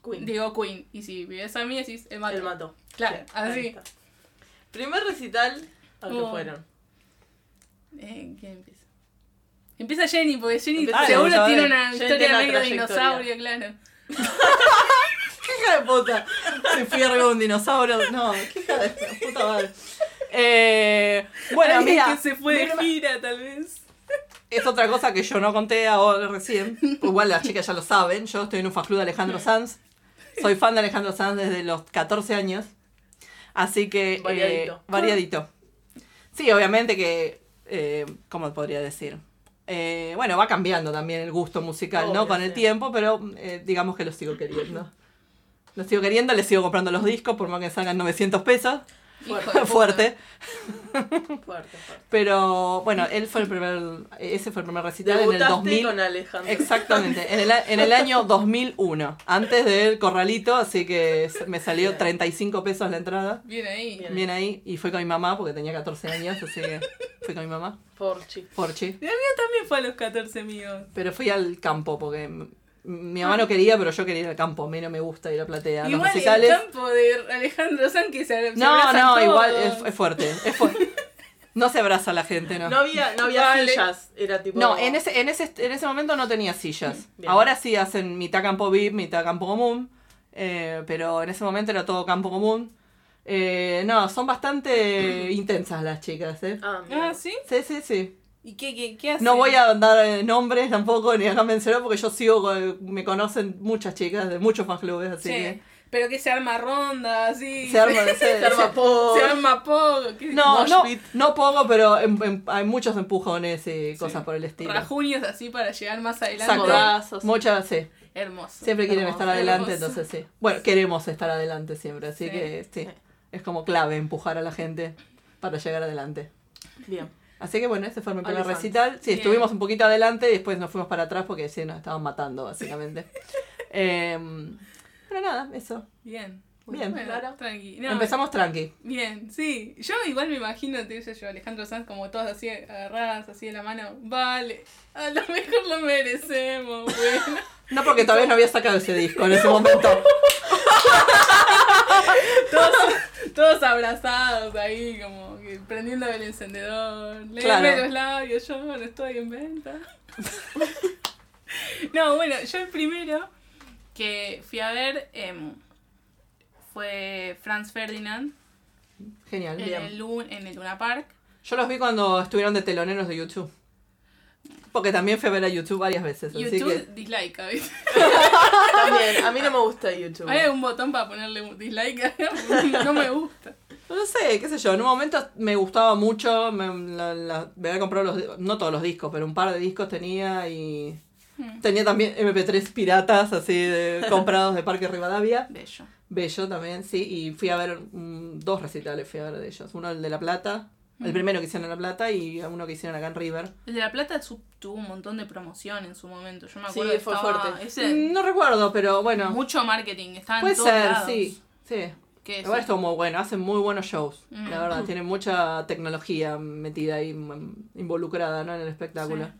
[SPEAKER 2] Queen.
[SPEAKER 1] digo Queen. Y si me ves a mí decís, el mato.
[SPEAKER 2] El mató.
[SPEAKER 1] Claro,
[SPEAKER 2] Sí,
[SPEAKER 1] así.
[SPEAKER 2] ahí está. Primer recital al que
[SPEAKER 1] Oh.
[SPEAKER 2] fueron.
[SPEAKER 1] Eh, ¿Quién empieza? Empieza Jenny, porque Jenny
[SPEAKER 2] Empieza
[SPEAKER 1] seguro
[SPEAKER 3] Jenny,
[SPEAKER 1] tiene
[SPEAKER 3] ya
[SPEAKER 1] una
[SPEAKER 2] Jenny
[SPEAKER 1] historia
[SPEAKER 2] tiene una
[SPEAKER 1] medio
[SPEAKER 2] trayectoria.
[SPEAKER 1] dinosaurio, claro.
[SPEAKER 3] ¡Qué hija de puta! Se fui arriba de un dinosaurio. No, qué hija de puta madre. Eh, bueno,
[SPEAKER 1] Alguien
[SPEAKER 3] mira.
[SPEAKER 1] que se fue de
[SPEAKER 3] mira,
[SPEAKER 1] gira, tal vez.
[SPEAKER 3] Es otra cosa que yo no conté ahora recién. Igual las chicas ya lo saben. Yo estoy en un fan club de Alejandro Sanz. Soy fan de Alejandro Sanz desde los 14 años. Así que. eh,
[SPEAKER 2] Variadito.
[SPEAKER 3] variadito. Sí, obviamente que. eh, ¿Cómo podría decir? Eh, bueno, va cambiando también el gusto musical, ¿no?
[SPEAKER 2] Obvio,
[SPEAKER 3] Con el
[SPEAKER 2] sí.
[SPEAKER 3] tiempo, pero eh, digamos que lo sigo queriendo. Lo sigo queriendo, le sigo comprando los discos, por más que salgan 900 pesos.
[SPEAKER 1] Hijo de puta.
[SPEAKER 3] Fuerte.
[SPEAKER 2] Fuerte, fuerte.
[SPEAKER 3] Pero bueno, él fue el primer. Ese fue el primer recital en el
[SPEAKER 2] Debutaste
[SPEAKER 3] 2000.
[SPEAKER 2] con Alejandro.
[SPEAKER 3] Exactamente, en el, a- en el año 2001, antes del corralito, así que s- me salió 35 pesos la entrada.
[SPEAKER 1] Bien ahí.
[SPEAKER 2] Bien.
[SPEAKER 3] Bien ahí, y fue con mi mamá porque tenía 14 años, así que fui con mi mamá,
[SPEAKER 2] Porchi.
[SPEAKER 3] Porchi.
[SPEAKER 1] Yo también fue a los 14 míos.
[SPEAKER 3] Pero fui al campo porque m- mi mamá no quería, pero yo quería ir al campo. A mí no me gusta ir a platea, a los
[SPEAKER 1] Igual
[SPEAKER 3] musicales.
[SPEAKER 1] el campo de Alejandro Sanz que se se
[SPEAKER 3] No,
[SPEAKER 1] abrazan
[SPEAKER 3] no,
[SPEAKER 1] todos.
[SPEAKER 3] igual es, es fuerte. Es fuerte. No se abraza la gente, ¿no?
[SPEAKER 2] No había, no había
[SPEAKER 1] Vale.
[SPEAKER 2] sillas. Era tipo. Mm,
[SPEAKER 3] No, en ese, en ese, en ese momento no tenía sillas.
[SPEAKER 2] Bien.
[SPEAKER 3] Ahora sí hacen mitad campo VIP, mitad campo común. eh, pero en ese momento era todo campo común. Eh, no, son bastante intensas las chicas, ¿eh?
[SPEAKER 2] Ah, mira.
[SPEAKER 1] Ah, ¿sí?
[SPEAKER 3] Sí, sí, sí.
[SPEAKER 1] ¿Y qué, qué, qué hace?
[SPEAKER 3] No voy a dar eh, nombres tampoco, ni acá mencionar, porque yo sigo, con- me conocen muchas chicas de muchos más clubes, así
[SPEAKER 1] Sí. Pero que se arma ronda,
[SPEAKER 3] que eh.
[SPEAKER 1] así.
[SPEAKER 3] se arma, se-
[SPEAKER 2] Se arma por.
[SPEAKER 1] Se arma poco. ¿qué?
[SPEAKER 3] No,
[SPEAKER 2] Mosh
[SPEAKER 3] no,
[SPEAKER 2] pit.
[SPEAKER 3] no poco, pero en- en- hay muchos empujones y cosas por el estilo.
[SPEAKER 1] Rajuños así para llegar más adelante.
[SPEAKER 3] Exacto.
[SPEAKER 2] Codazos.
[SPEAKER 3] Muchas, sí.
[SPEAKER 1] Hermoso.
[SPEAKER 3] Siempre quieren
[SPEAKER 2] Hermoso,
[SPEAKER 3] estar adelante,
[SPEAKER 1] hermoso.
[SPEAKER 3] entonces sí. Bueno, queremos estar adelante siempre, así
[SPEAKER 1] Sí.
[SPEAKER 3] que sí.
[SPEAKER 2] Sí.
[SPEAKER 3] Es como clave empujar a la gente para llegar adelante.
[SPEAKER 2] Bien.
[SPEAKER 3] Así que bueno, ese fue mi primer
[SPEAKER 2] Alejandro.
[SPEAKER 3] recital. Sí,
[SPEAKER 1] Bien.
[SPEAKER 3] estuvimos un poquito adelante y después nos fuimos para atrás porque sí, nos estaban matando, básicamente. Em, pero nada, eso.
[SPEAKER 1] Bien.
[SPEAKER 3] Bien.
[SPEAKER 1] Bueno,
[SPEAKER 2] Claro.
[SPEAKER 1] tranqui. No, eh.
[SPEAKER 3] Empezamos tranqui.
[SPEAKER 1] Bien, sí. Yo igual me imagino, te dice yo, Alejandro Sanz, como todos así agarradas, así de la mano. Vale, a lo mejor lo merecemos, bueno.
[SPEAKER 3] No porque todavía no había sacado ese disco en ese momento.
[SPEAKER 1] todos abrazados ahí, como que prendiendo el encendedor. Léeme
[SPEAKER 3] Claro.
[SPEAKER 1] los labios, yo no estoy en venta. no, bueno, yo el primero que fui a ver em, fue Franz Ferdinand
[SPEAKER 3] Genial.
[SPEAKER 1] en el, Lu- en el Luna Park.
[SPEAKER 3] Yo los vi cuando estuvieron de teloneros de YouTube. Porque también fui a ver a YouTube varias veces. Así
[SPEAKER 1] YouTube
[SPEAKER 3] que...
[SPEAKER 1] dislike, ¿viste?
[SPEAKER 2] También, a mí no me gusta YouTube.
[SPEAKER 1] Hay un botón para ponerle un dislike. no me gusta.
[SPEAKER 3] No sé, qué sé yo. En un momento me gustaba mucho. Me, la- la- me había comprado los. di- No todos los discos, pero un par de discos tenía y.
[SPEAKER 1] Hmm.
[SPEAKER 3] Tenía también MP3 piratas, así, de, comprados de Parque Rivadavia.
[SPEAKER 1] Bello.
[SPEAKER 3] Bello también, sí. Y fui a ver mm, dos recitales, fui a ver de ellos. Uno el de La Plata, el
[SPEAKER 1] Mm.
[SPEAKER 3] primero que hicieron en La Plata y uno que hicieron acá en River.
[SPEAKER 1] El de La Plata su- tuvo un montón de promoción en su momento. Yo me
[SPEAKER 2] Sí,
[SPEAKER 1] acuerdo que
[SPEAKER 2] fue
[SPEAKER 1] estaba-
[SPEAKER 2] fuerte.
[SPEAKER 1] ese-
[SPEAKER 3] Mm, No recuerdo, pero bueno.
[SPEAKER 1] mucho marketing. Estaba
[SPEAKER 3] puede
[SPEAKER 1] en todos
[SPEAKER 3] ser,
[SPEAKER 1] lados.
[SPEAKER 3] sí. Sí.
[SPEAKER 1] Que
[SPEAKER 3] Ahora
[SPEAKER 1] Eh, sí.
[SPEAKER 3] estuvo muy bueno, hacen muy buenos shows.
[SPEAKER 1] Mm.
[SPEAKER 3] La verdad, tienen mucha tecnología metida ahí, mm, involucrada ¿no? en el espectáculo.
[SPEAKER 1] Sí.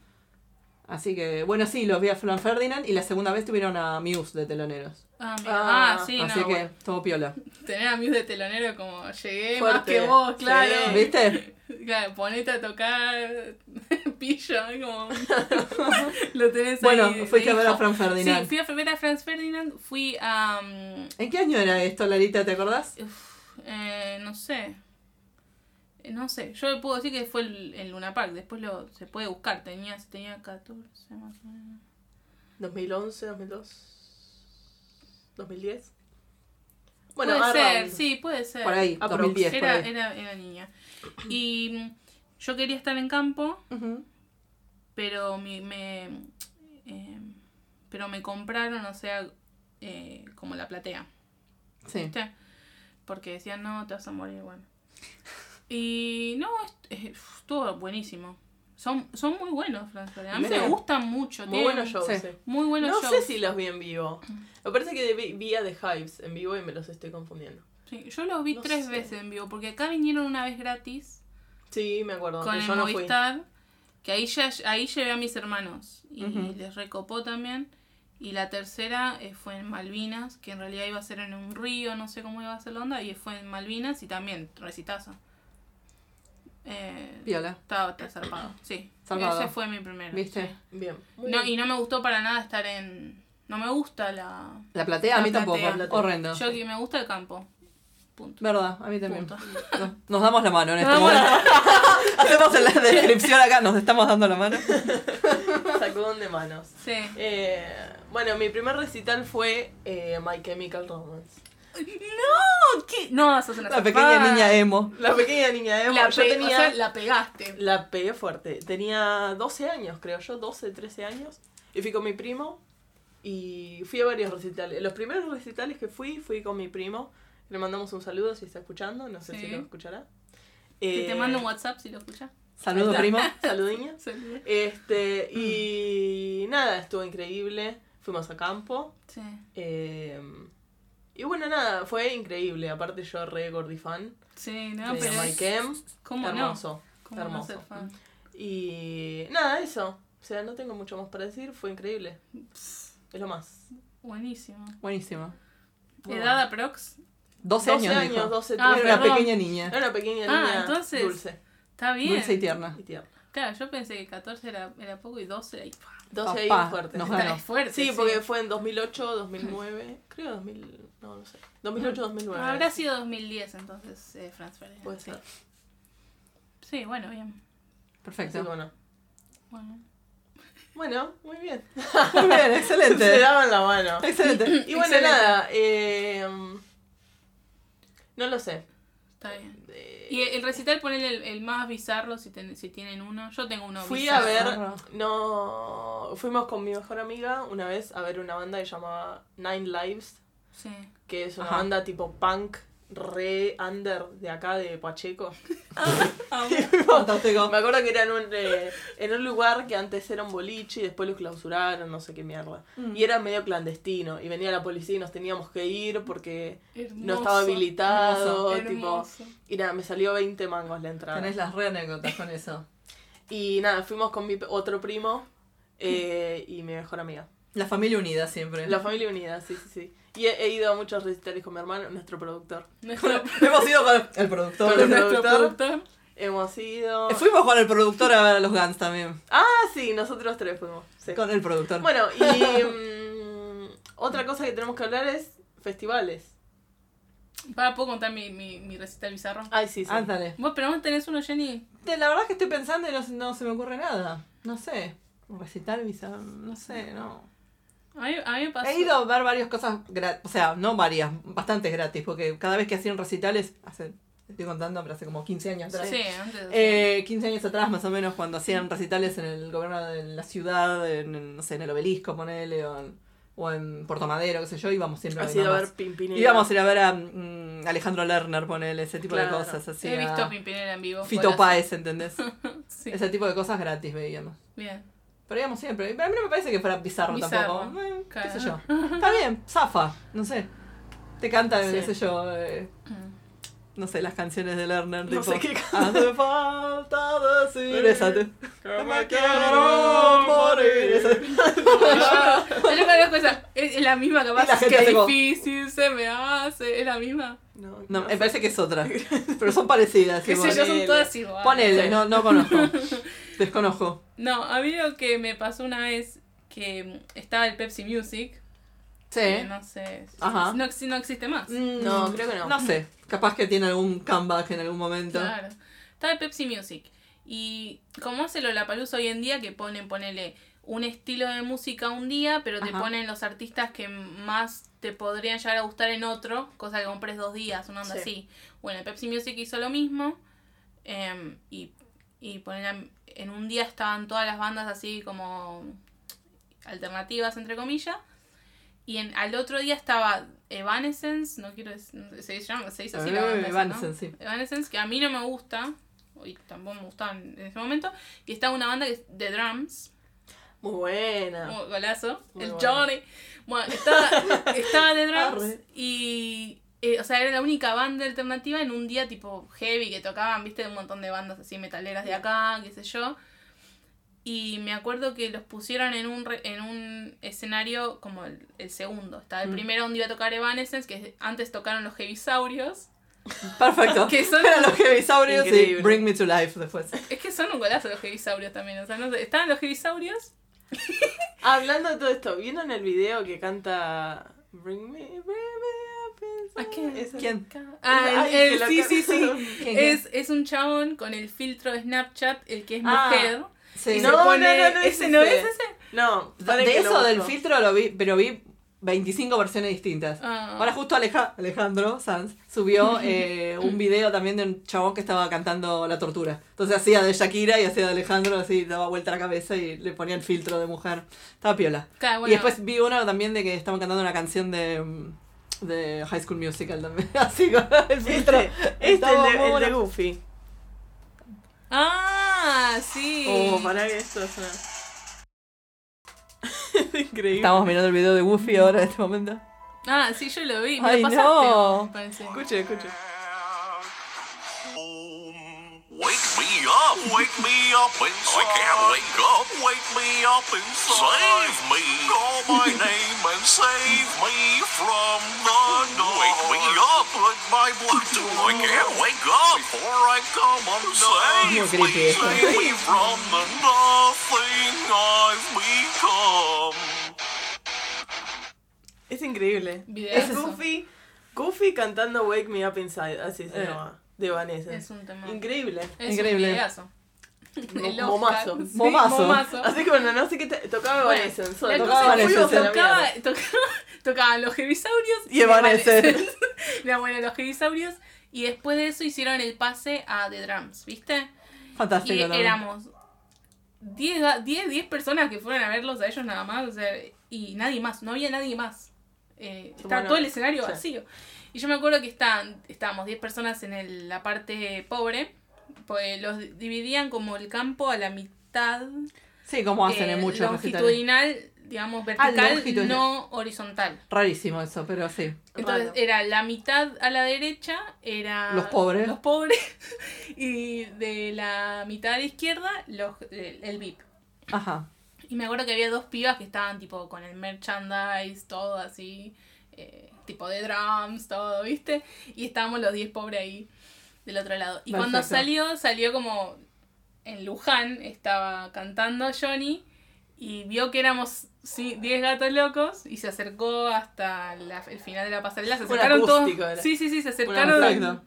[SPEAKER 3] Así que, bueno, sí, los vi a Fran Ferdinand y la segunda vez tuvieron a Muse de teloneros.
[SPEAKER 1] Ah, mira. Ah,
[SPEAKER 2] Ah,
[SPEAKER 1] sí,
[SPEAKER 3] Así
[SPEAKER 1] no.
[SPEAKER 3] que,
[SPEAKER 1] bueno.
[SPEAKER 3] todo piola.
[SPEAKER 1] Tener a Muse de telonero como llegué más
[SPEAKER 2] Fuerte.
[SPEAKER 1] que vos, claro.
[SPEAKER 2] Sí.
[SPEAKER 3] ¿Viste?
[SPEAKER 1] Claro, ponete a tocar pillo, ¿eh? como lo tenés
[SPEAKER 3] Bueno,
[SPEAKER 1] ahí. de
[SPEAKER 3] fuiste a ver a
[SPEAKER 1] hijo.
[SPEAKER 3] Fran Ferdinand.
[SPEAKER 1] Sí, fui a ver a Franz Ferdinand, fui a mm,
[SPEAKER 3] ¿En qué año era esto, Larita? ¿Te acordás?
[SPEAKER 1] Uf, eh, no sé. Eh, No sé, yo puedo decir que fue el, el Luna Park, después lo se puede buscar, tenía, tenía 14 más o menos.
[SPEAKER 2] 2011, 2002, 2010.
[SPEAKER 1] puede ser,
[SPEAKER 2] around.
[SPEAKER 1] sí, puede ser.
[SPEAKER 3] Por ahí,
[SPEAKER 2] Aprox.
[SPEAKER 3] 2010. Por
[SPEAKER 1] Eh, Era,
[SPEAKER 3] ahí.
[SPEAKER 1] era, era niña. Y mm, yo quería estar en campo,
[SPEAKER 3] Ujú.
[SPEAKER 1] pero mi- me, eh, pero me compraron, o sea, eh, como la platea.
[SPEAKER 3] Sí.
[SPEAKER 1] ¿viste? Porque decían, no, te vas a morir, bueno. Y no, es- es- estuvo buenísimo. Son, son muy buenos, Franz Ferdinand. A mí
[SPEAKER 3] Sí.
[SPEAKER 1] me gustan mucho.
[SPEAKER 2] Muy
[SPEAKER 1] tienen
[SPEAKER 2] buenos shows.
[SPEAKER 3] Sí.
[SPEAKER 2] eh.
[SPEAKER 1] Muy buenos
[SPEAKER 2] no
[SPEAKER 1] shows.
[SPEAKER 2] sé si los vi en vivo. Me parece que vi, vi a The Hives en vivo y me los estoy confundiendo.
[SPEAKER 1] Sí, yo los vi
[SPEAKER 2] No
[SPEAKER 1] tres
[SPEAKER 2] sé.
[SPEAKER 1] veces en vivo, porque acá vinieron una vez gratis
[SPEAKER 2] Sí, me acuerdo.
[SPEAKER 1] con
[SPEAKER 2] que
[SPEAKER 1] el
[SPEAKER 2] yo no fui.
[SPEAKER 1] Movistar, que ahí, ya, ahí llevé a mis hermanos y
[SPEAKER 3] Ujú.
[SPEAKER 1] les recopó también. Y la tercera eh, fue en Malvinas, que en realidad iba a ser en un río, no sé cómo iba a ser la onda, y fue en Malvinas y también recitazo. Eh,
[SPEAKER 3] Viola.
[SPEAKER 1] Estaba está zarpado, sí.
[SPEAKER 3] Zarpado.
[SPEAKER 1] Ese fue mi primero.
[SPEAKER 3] ¿Viste?
[SPEAKER 1] sí.
[SPEAKER 2] Bien. Muy
[SPEAKER 1] No,
[SPEAKER 2] bien.
[SPEAKER 1] y no me gustó para nada estar en... No me gusta la...
[SPEAKER 3] La platea, a
[SPEAKER 1] La
[SPEAKER 3] mí
[SPEAKER 1] platea.
[SPEAKER 3] tampoco. Horrendo.
[SPEAKER 1] Yo que me gusta el campo. Punto.
[SPEAKER 3] Verdad, a mí también.
[SPEAKER 1] Punto. Ah,
[SPEAKER 3] No- Nos damos la mano en este
[SPEAKER 1] Nos damos la
[SPEAKER 3] momento. Hacemos la descripción acá, nos estamos dando la mano.
[SPEAKER 2] Sacudón de manos.
[SPEAKER 1] Sí.
[SPEAKER 2] Eh, bueno, mi primer recital fue eh, My Chemical Romance.
[SPEAKER 1] ¡No! ¿qué? No, sos una
[SPEAKER 3] La pequeña
[SPEAKER 1] zarpada.
[SPEAKER 3] niña emo.
[SPEAKER 2] La pequeña niña Emo.
[SPEAKER 1] La,
[SPEAKER 2] yo
[SPEAKER 1] pe-
[SPEAKER 2] tenía.
[SPEAKER 1] o sea, la pegaste.
[SPEAKER 3] Eh,
[SPEAKER 2] La pegué fuerte. Tenía 12 años, creo yo, 12, 13 años. Y fui con mi primo y fui a varios recitales. Los primeros recitales que fui, fui con mi primo. Le mandamos un saludo si está escuchando, no sé
[SPEAKER 1] Sí.
[SPEAKER 2] si lo escuchará.
[SPEAKER 1] Que
[SPEAKER 2] Eh,
[SPEAKER 1] te mando un WhatsApp si lo escuchas.
[SPEAKER 3] Saludo, primo.
[SPEAKER 2] Saludiña.
[SPEAKER 1] Sí.
[SPEAKER 2] Este,
[SPEAKER 1] Mm.
[SPEAKER 2] y nada, estuvo increíble. Fuimos a campo.
[SPEAKER 1] Sí.
[SPEAKER 2] eh, y bueno, nada, fue increíble. Aparte yo re gordifan
[SPEAKER 1] Sí, no,
[SPEAKER 2] de
[SPEAKER 1] pero...
[SPEAKER 2] Mike M.
[SPEAKER 1] ¿Cómo no?
[SPEAKER 2] hermoso.
[SPEAKER 1] ¿Cómo
[SPEAKER 2] hermoso.
[SPEAKER 1] no ser fan?
[SPEAKER 2] Y nada, eso. O sea, no tengo mucho más para decir, fue increíble. Es lo más.
[SPEAKER 1] Buenísimo.
[SPEAKER 3] Buenísimo.
[SPEAKER 2] Muy
[SPEAKER 1] ¿Edad aprox?
[SPEAKER 3] 12 años, dijo.
[SPEAKER 2] 12,
[SPEAKER 1] Ah,
[SPEAKER 2] 13.
[SPEAKER 3] Era una
[SPEAKER 1] perdón.
[SPEAKER 3] pequeña niña.
[SPEAKER 2] Era una pequeña
[SPEAKER 1] Ah,
[SPEAKER 2] niña
[SPEAKER 1] entonces- ah,
[SPEAKER 2] dulce
[SPEAKER 1] Está bien.
[SPEAKER 3] Dulce y tierna.
[SPEAKER 2] y tierna.
[SPEAKER 1] Claro, yo pensé que 14 era, era poco y 12 era... y-
[SPEAKER 2] Entonces ahí
[SPEAKER 3] Papá,
[SPEAKER 2] fuerte.
[SPEAKER 3] nos
[SPEAKER 1] Está-
[SPEAKER 3] ganó.
[SPEAKER 1] es fuerte.
[SPEAKER 2] Sí, porque fue en 2008, 2009, creo 2000, no, no sé. 2008, 2009.
[SPEAKER 1] Habrá sido 2010 entonces, eh, Franz Ferdinand.
[SPEAKER 2] Puede
[SPEAKER 1] sí.
[SPEAKER 2] ser.
[SPEAKER 1] Sí, bueno, bien.
[SPEAKER 2] Así que
[SPEAKER 3] Perfecto.
[SPEAKER 2] bueno.
[SPEAKER 1] Bueno.
[SPEAKER 2] Bueno, muy bien.
[SPEAKER 3] Muy bien,
[SPEAKER 2] Se
[SPEAKER 3] excelente.
[SPEAKER 2] daban la mano.
[SPEAKER 3] Excelente.
[SPEAKER 2] Y bueno,
[SPEAKER 1] Excelente.
[SPEAKER 2] nada. eh, no lo sé.
[SPEAKER 1] Está bien.
[SPEAKER 2] Eh,
[SPEAKER 1] Y el el recital, ponele el, el más bizarro si, ten- si tienen uno. Yo tengo uno
[SPEAKER 2] Fui a
[SPEAKER 1] bizarro.
[SPEAKER 2] ver,
[SPEAKER 3] Bizarro.
[SPEAKER 2] no, fuimos con mi mejor amiga una vez a ver una banda que se llamaba Nine Lives,
[SPEAKER 1] Sí.
[SPEAKER 2] que es una
[SPEAKER 3] Ajá.
[SPEAKER 2] banda tipo punk, re under de acá de Pacheco. Ah,
[SPEAKER 3] Fantástico.
[SPEAKER 2] Me acuerdo que era en un, eh, en un lugar que antes era un boliche y después lo clausuraron, no sé qué mierda.
[SPEAKER 3] Mm.
[SPEAKER 2] Y era medio clandestino y venía la policía y nos teníamos que ir porque no estaba habilitado, tipo, y nada, me salió 20 mangos la entrada.
[SPEAKER 3] Tenés las re anécdotas con eso.
[SPEAKER 2] Y nada, fuimos con mi otro primo eh, y mi mejor amiga.
[SPEAKER 3] La familia unida siempre.
[SPEAKER 2] La familia unida, sí, sí, sí. Y he, he ido a muchos recitales con mi hermano, nuestro productor.
[SPEAKER 1] Nuestro,
[SPEAKER 3] Hemos ido con el productor.
[SPEAKER 2] Con el
[SPEAKER 1] nuestro
[SPEAKER 2] productor.
[SPEAKER 1] productor.
[SPEAKER 2] Hemos ido.
[SPEAKER 3] Fuimos con el productor a ver a los Guns también.
[SPEAKER 2] Ah, sí, nosotros tres fuimos. sí.
[SPEAKER 3] Con el productor.
[SPEAKER 2] Bueno, y mm, otra cosa que tenemos que hablar es festivales.
[SPEAKER 1] Para, ¿puedo contar mi, mi, mi recital bizarro?
[SPEAKER 2] Ay, sí, sí.
[SPEAKER 3] Ándale.
[SPEAKER 1] Vos, pero vos tenés uno, Jenny.
[SPEAKER 3] Te- La verdad es que estoy pensando y no, se- no se me ocurre nada. No sé. Recitar visa, no sé, no.
[SPEAKER 1] A mí, a mí me pasó.
[SPEAKER 3] He ido a ver varias cosas, gra- o sea, no varias, bastantes gratis, porque cada vez que hacían recitales, hace, estoy contando, pero hace como 15 años atrás.
[SPEAKER 1] Sí, antes.
[SPEAKER 3] Eh, 15 años atrás, más o menos, cuando hacían recitales en el gobierno de la ciudad, en, en, no sé, en el obelisco, ponele, o en, o en Puerto Madero, qué sé yo, íbamos siempre
[SPEAKER 2] Has
[SPEAKER 3] mi
[SPEAKER 2] ido a
[SPEAKER 3] mamá.
[SPEAKER 2] ver Pimpinela.
[SPEAKER 3] Íbamos a ir a ver a mm, Alejandro Lerner, ponele, ese tipo de
[SPEAKER 2] Claro.
[SPEAKER 3] cosas. Así,
[SPEAKER 1] He
[SPEAKER 3] a
[SPEAKER 1] visto Pimpinela en vivo.
[SPEAKER 3] Fito
[SPEAKER 1] Buenas.
[SPEAKER 3] Páez, ¿entendés?
[SPEAKER 1] Sí.
[SPEAKER 3] Ese tipo de cosas gratis veíamos.
[SPEAKER 1] Bien.
[SPEAKER 3] Pero íbamos siempre. Pero a mí no me parece que fuera bizarro,
[SPEAKER 1] Bizarro.
[SPEAKER 3] tampoco. Eh, ¿Qué
[SPEAKER 1] Claro.
[SPEAKER 3] sé yo? Está bien, zafa, no sé. Te cantan,
[SPEAKER 2] Sí.
[SPEAKER 3] qué sé yo, eh,
[SPEAKER 1] Mm.
[SPEAKER 3] no sé, las canciones de Lerner.
[SPEAKER 2] No sé qué
[SPEAKER 3] Hace falta decir esa. te-
[SPEAKER 2] Que
[SPEAKER 3] Me quiero morir. Esa-
[SPEAKER 1] Yo no conozco esa. Es es la misma
[SPEAKER 3] Y la
[SPEAKER 1] capaz.
[SPEAKER 3] gente
[SPEAKER 1] Que
[SPEAKER 3] hace como-
[SPEAKER 1] difícil se me hace. Es la misma.
[SPEAKER 2] No,
[SPEAKER 3] No,
[SPEAKER 2] no
[SPEAKER 3] me
[SPEAKER 2] sé.
[SPEAKER 3] parece que es otra. Pero son parecidas.
[SPEAKER 1] Que
[SPEAKER 3] igual.
[SPEAKER 1] sé yo, son
[SPEAKER 2] Ponele.
[SPEAKER 1] todas iguales.
[SPEAKER 3] Ponele,
[SPEAKER 2] Sí.
[SPEAKER 3] no, no conozco. Desconozco.
[SPEAKER 1] No, a mí lo que me pasó una vez que mm, estaba el Pepsi Music. que
[SPEAKER 3] Sí.
[SPEAKER 1] No sé.
[SPEAKER 3] Ajá.
[SPEAKER 1] No, ex- no existe más.
[SPEAKER 2] No, creo que no.
[SPEAKER 3] No sé. Capaz que tiene algún comeback en algún momento.
[SPEAKER 1] Claro. Está el Pepsi Music. Y como hace Lollapalooza hoy en día, que ponen, ponele un estilo de música un día, pero te
[SPEAKER 3] Ajá.
[SPEAKER 1] ponen los artistas que más te podrían llegar a gustar en otro, cosa que compres dos días, una onda
[SPEAKER 2] Sí.
[SPEAKER 1] así. Bueno, el Pepsi Music hizo lo mismo. em, y Y poner en un día estaban todas las bandas así como alternativas, entre comillas. Y en, al otro día estaba Evanescence, no quiero decir, se, llama, se dice así la banda. esa, ¿no?
[SPEAKER 3] Evanescence, Eh, sí.
[SPEAKER 1] Evanescence, que a mí no me gusta, y tampoco me gustaba en ese momento. Y estaba una banda que es de drums,
[SPEAKER 2] Muy buena.
[SPEAKER 3] Ah.
[SPEAKER 1] como golazo,
[SPEAKER 2] Muy
[SPEAKER 1] el
[SPEAKER 2] buena.
[SPEAKER 1] Johnny. Bueno, estaba, estaba de drums
[SPEAKER 2] Arre.
[SPEAKER 1] y. eh, o sea, era la única banda alternativa en un día tipo heavy que tocaban, viste, de un montón de bandas así metaleras de acá, qué sé yo. Y me acuerdo que los pusieron en un, re- en un escenario como el, el segundo. Estaba el
[SPEAKER 3] Mm.
[SPEAKER 1] primero donde iba a tocar Evanescence, que antes tocaron los Heavisaurios.
[SPEAKER 3] Perfecto.
[SPEAKER 1] Que son
[SPEAKER 3] Eran los heavisaurios y
[SPEAKER 2] Increíble.
[SPEAKER 3] Bring Me to Life después.
[SPEAKER 1] Es que son un golazo los Heavisaurios también. O sea, no sé, estaban los Heavisaurios
[SPEAKER 2] Hablando de todo esto, ¿vieron el video que canta Bring Me, bring me up
[SPEAKER 1] ¿A quién?
[SPEAKER 2] Esa-
[SPEAKER 3] ¿Quién?
[SPEAKER 1] Ah,
[SPEAKER 2] Ay,
[SPEAKER 1] el-
[SPEAKER 2] que la
[SPEAKER 1] sí,
[SPEAKER 2] cara-
[SPEAKER 1] sí, sí.
[SPEAKER 3] ¿Quién, quién?
[SPEAKER 1] Es, es un chabón con el filtro de Snapchat, el que es
[SPEAKER 3] Ah,
[SPEAKER 1] mujer.
[SPEAKER 3] Sí.
[SPEAKER 1] Y
[SPEAKER 2] No,
[SPEAKER 1] se pone.
[SPEAKER 2] no, no, no es
[SPEAKER 1] ¿Ese no es
[SPEAKER 2] ese.
[SPEAKER 1] ese?
[SPEAKER 2] No,
[SPEAKER 3] De-
[SPEAKER 2] paren
[SPEAKER 3] de
[SPEAKER 2] que lo
[SPEAKER 3] eso del
[SPEAKER 2] busco.
[SPEAKER 3] filtro lo vi, pero vi 25 versiones distintas.
[SPEAKER 1] Ah.
[SPEAKER 3] Ahora justo Aleja- Alejandro Sanz subió eh, un video también de un chabón que estaba cantando La Tortura. Entonces hacía de Shakira y hacía de Alejandro, así daba vuelta la cabeza y le ponía el filtro de mujer. Estaba piola.
[SPEAKER 1] Claro, bueno,
[SPEAKER 3] Y después vi uno también de que estaban cantando una canción de, mm, de High School Musical también, así con el filtro.
[SPEAKER 2] Este, este el,
[SPEAKER 3] Estaba muy
[SPEAKER 2] de, el de
[SPEAKER 3] bueno.
[SPEAKER 2] Goofy.
[SPEAKER 1] Ah, sí.
[SPEAKER 2] Oh, pará que esto es una... es increíble.
[SPEAKER 3] Estamos mirando el video de Goofy ahora en este momento.
[SPEAKER 1] Ah, sí, yo lo vi. Me
[SPEAKER 3] Ay,
[SPEAKER 1] lo pasaste,
[SPEAKER 3] no.
[SPEAKER 1] me parece.
[SPEAKER 2] Escuche, escuche.
[SPEAKER 4] Wake me up, wake me up inside. I can't wake up. Wake me up inside. Save me. Call my name and save me from the dark. Wake me up with my blood. I can't wake up before I come
[SPEAKER 3] Muy
[SPEAKER 4] undone. Save
[SPEAKER 3] creepy
[SPEAKER 4] me,
[SPEAKER 3] esto.
[SPEAKER 4] save me from the nothing I've become.
[SPEAKER 2] Es increíble.
[SPEAKER 1] Videazo.
[SPEAKER 2] Es Goofy, Goofy cantando Wake Me Up Inside, así se
[SPEAKER 3] Eh.
[SPEAKER 2] llama, de Vanessa.
[SPEAKER 1] Es un tema.
[SPEAKER 2] Increíble.
[SPEAKER 1] Es
[SPEAKER 3] Increíble.
[SPEAKER 1] Un videazo. El
[SPEAKER 2] Mo- momazo.
[SPEAKER 1] Oscar. Sí,
[SPEAKER 3] Momazo.
[SPEAKER 1] momazo.
[SPEAKER 2] Así que bueno, no sé qué te- tocaba
[SPEAKER 1] Bueno,
[SPEAKER 2] Vanessa,
[SPEAKER 1] La
[SPEAKER 2] solo
[SPEAKER 1] cosa
[SPEAKER 2] tocaba
[SPEAKER 1] es que
[SPEAKER 2] Vanessa.
[SPEAKER 3] Evanescence,
[SPEAKER 1] tocaba- tocaba- tocaban los heavisaurios
[SPEAKER 3] Y Evanescence.
[SPEAKER 1] La buena, los heavisaurios. Y después de eso hicieron el pase a The Drums, ¿viste?
[SPEAKER 2] Ah,
[SPEAKER 3] Fantástico.
[SPEAKER 1] Y
[SPEAKER 3] la verdad.
[SPEAKER 1] éramos 10, ga- 10, 10 personas que fueron a verlos a ellos nada más, o sea, y nadie más, no había nadie más. Eh, estaba
[SPEAKER 2] Bueno,
[SPEAKER 1] todo el escenario
[SPEAKER 2] sí.
[SPEAKER 1] vacío. Y yo me acuerdo que estaban, estábamos 10 personas en el- la parte pobre, pues los di- dividían como el campo a la mitad,
[SPEAKER 3] Sí, como hacen
[SPEAKER 1] eh,
[SPEAKER 3] en muchos recitales.
[SPEAKER 1] longitudinal, digamos,
[SPEAKER 2] Ah,
[SPEAKER 1] vertical,
[SPEAKER 3] longitudinal.
[SPEAKER 1] no horizontal.
[SPEAKER 3] Rarísimo eso, pero sí.
[SPEAKER 1] Entonces eh.
[SPEAKER 2] Raro.
[SPEAKER 1] era la mitad a la derecha, era
[SPEAKER 3] Los pobres.
[SPEAKER 1] los pobres, y de la mitad a la izquierda, los, el, el VIP.
[SPEAKER 3] Ajá.
[SPEAKER 1] Y me acuerdo que había dos pibas que estaban tipo con el merchandise, todo así, eh, tipo de drums, todo, ¿viste? Y estábamos los 10 pobres ahí del otro lado. Y cuando
[SPEAKER 3] Perfecto.
[SPEAKER 1] salió, salió como en Luján, estaba cantando Johnny y vio que éramos sí, 10 gatos locos y se acercó hasta la- el final de la pasarela. Se
[SPEAKER 2] Un
[SPEAKER 1] acercaron todos.
[SPEAKER 2] acústico era.
[SPEAKER 1] Sí, sí, sí, se
[SPEAKER 3] Bueno,
[SPEAKER 1] acercaron.
[SPEAKER 3] perfecto.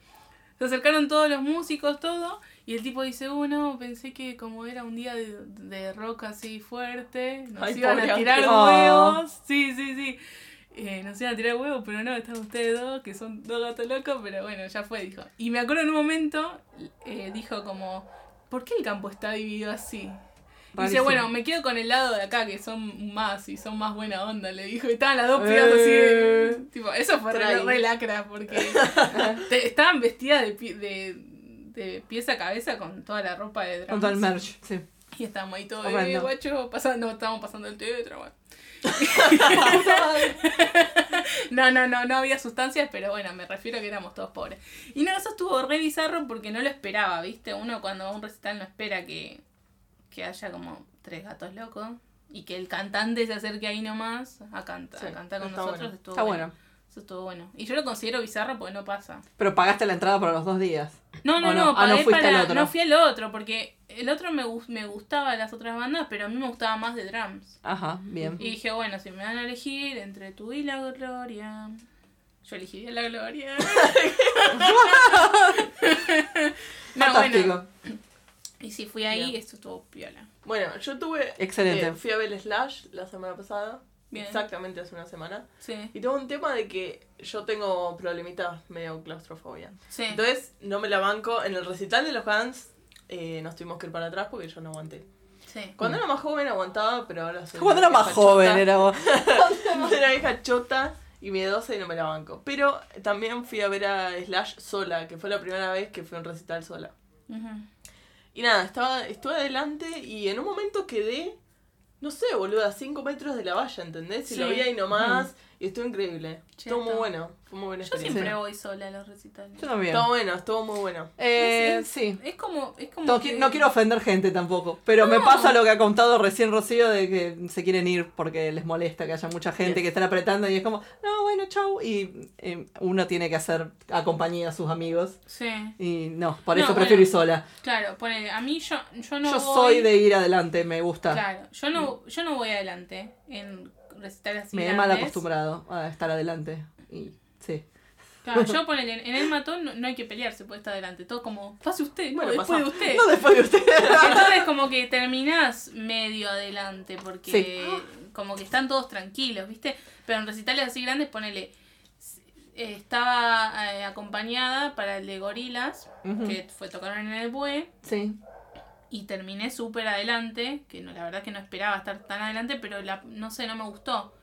[SPEAKER 1] Se acercaron todos los músicos, todo, y el tipo dice, uno, pensé que como era un día de, de rock así fuerte, nos
[SPEAKER 2] Ay,
[SPEAKER 1] iban
[SPEAKER 2] pobre
[SPEAKER 1] a tirar
[SPEAKER 3] Ángel. Oh.
[SPEAKER 1] huevos. Sí, sí, sí. Eh, nos iban a tirar huevos, pero no, están ustedes dos, que son dos gatos locos, pero bueno, ya fue, dijo. Y me acuerdo en un momento, eh, dijo como, ¿por qué el campo está dividido así? Y Dice,
[SPEAKER 3] Rarísimo.
[SPEAKER 1] bueno, me quedo con el lado de acá, que son más y son más buena onda, le dijo. Y estaban las dos
[SPEAKER 3] Eh.
[SPEAKER 1] pibas así de- Tipo, eso fue re,
[SPEAKER 2] Traí.
[SPEAKER 1] re lacra, porque te- estaban vestidas de, pi- de, de pies a cabeza con toda la ropa de drama.
[SPEAKER 3] Con todo el merch, sí.
[SPEAKER 1] Y estábamos ahí todos,
[SPEAKER 3] Horrendo.
[SPEAKER 1] eh, guacho, pasando, estábamos pasando el teatro, bueno. No, no, no, no había sustancias, pero bueno, me refiero a que éramos todos pobres. Y no, eso estuvo re bizarro porque no lo esperaba, ¿viste? Uno cuando va a un recital no espera que, que haya como tres gatos locos y que el cantante se acerque ahí nomás a cantar,
[SPEAKER 2] Sí,
[SPEAKER 1] a cantar con
[SPEAKER 2] está
[SPEAKER 1] nosotros.
[SPEAKER 2] bueno.
[SPEAKER 1] Estuvo
[SPEAKER 3] Está bueno.
[SPEAKER 1] Eso estuvo bueno. Y yo lo considero bizarro porque no pasa.
[SPEAKER 3] Pero pagaste la entrada para los dos días.
[SPEAKER 1] No, no,
[SPEAKER 3] ¿O
[SPEAKER 1] no,
[SPEAKER 3] no? Ah, no
[SPEAKER 1] pagué
[SPEAKER 3] fuiste
[SPEAKER 1] para-
[SPEAKER 3] al otro.
[SPEAKER 1] no fui al otro porque el otro me, gus- me gustaba las otras bandas, pero a mí me gustaba más de drums.
[SPEAKER 3] Ajá, bien.
[SPEAKER 1] Y dije, bueno, si me van a elegir entre tú y la gloria. Yo elegiría la gloria. no,
[SPEAKER 3] Fantástico.
[SPEAKER 1] bueno. Y si fui ahí,
[SPEAKER 2] Bien.
[SPEAKER 1] esto estuvo piola.
[SPEAKER 2] Bueno, yo tuve...
[SPEAKER 3] Excelente.
[SPEAKER 2] eh, fui a ver Slash la semana pasada,
[SPEAKER 1] Bien.
[SPEAKER 2] exactamente hace una semana,
[SPEAKER 1] Sí,
[SPEAKER 2] y tuve un tema de que yo tengo problemitas medio claustrofobia.
[SPEAKER 1] sí.
[SPEAKER 2] Entonces, no me la banco. En el recital de los Guns eh, nos tuvimos que ir para atrás porque yo no aguanté.
[SPEAKER 1] Sí.
[SPEAKER 2] Cuando era más joven aguantaba, pero ahora soy.
[SPEAKER 3] Cuando era
[SPEAKER 2] una
[SPEAKER 3] más
[SPEAKER 2] vieja
[SPEAKER 3] joven,
[SPEAKER 2] chota.
[SPEAKER 3] era vos.
[SPEAKER 2] Cuando era vieja chota y miedosa y no me la banco. Pero también fui a ver a Slash sola, que fue la primera vez que fui a un recital sola.
[SPEAKER 1] Ujú.
[SPEAKER 2] Y nada, estaba, estuve adelante y en un momento quedé, no sé, boludo, a 5 metros de la valla, ¿entendés? Y
[SPEAKER 1] Sí.
[SPEAKER 2] lo vi ahí nomás y estuvo increíble. Estuvo muy
[SPEAKER 1] Cheto.
[SPEAKER 2] bueno, fue muy buena
[SPEAKER 1] Yo
[SPEAKER 2] experiencia.
[SPEAKER 1] siempre voy sola a los recitales.
[SPEAKER 3] Yo también.
[SPEAKER 2] Estuvo bueno, estuvo muy bueno.
[SPEAKER 3] Eh,
[SPEAKER 1] Es-
[SPEAKER 3] sí.
[SPEAKER 1] Es como. Es como
[SPEAKER 3] No, qui-
[SPEAKER 1] que-
[SPEAKER 3] no quiero ofender gente tampoco, pero me pasa lo que ha contado recién Rocío de que se quieren ir porque les molesta que haya mucha gente que están apretando y es como, no, bueno, chau. Y eh, uno tiene que hacer acompañar a sus amigos
[SPEAKER 1] Sí.
[SPEAKER 3] y no, por
[SPEAKER 1] No,
[SPEAKER 3] eso prefiero
[SPEAKER 1] bueno.
[SPEAKER 3] ir sola.
[SPEAKER 1] Claro, ponele, a mí yo, yo no
[SPEAKER 3] Yo
[SPEAKER 1] voy-
[SPEAKER 3] soy de ir adelante, me gusta.
[SPEAKER 1] Claro, yo no, yo no voy adelante en recitales así
[SPEAKER 3] me he
[SPEAKER 1] grandes.
[SPEAKER 3] mal acostumbrado a estar adelante. Y sí.
[SPEAKER 1] Claro, yo ponele, en- en el matón no, no hay que pelearse, puede estar adelante. Todo como, pase usted, no,
[SPEAKER 2] Bueno,
[SPEAKER 1] después
[SPEAKER 2] pasá.
[SPEAKER 1] de usted.
[SPEAKER 3] No después de ustedes.
[SPEAKER 1] Entonces como que terminás medio adelante, porque como que están todos tranquilos, ¿viste? Pero en recitales así grandes, ponele, s- eh, estaba eh, acompañada para el de gorilas,
[SPEAKER 3] Ujú.
[SPEAKER 1] que fue tocaron en el bue.
[SPEAKER 3] Sí.
[SPEAKER 1] y terminé súper adelante, que no, la verdad que no esperaba estar tan adelante, pero la, no sé, no me gustó.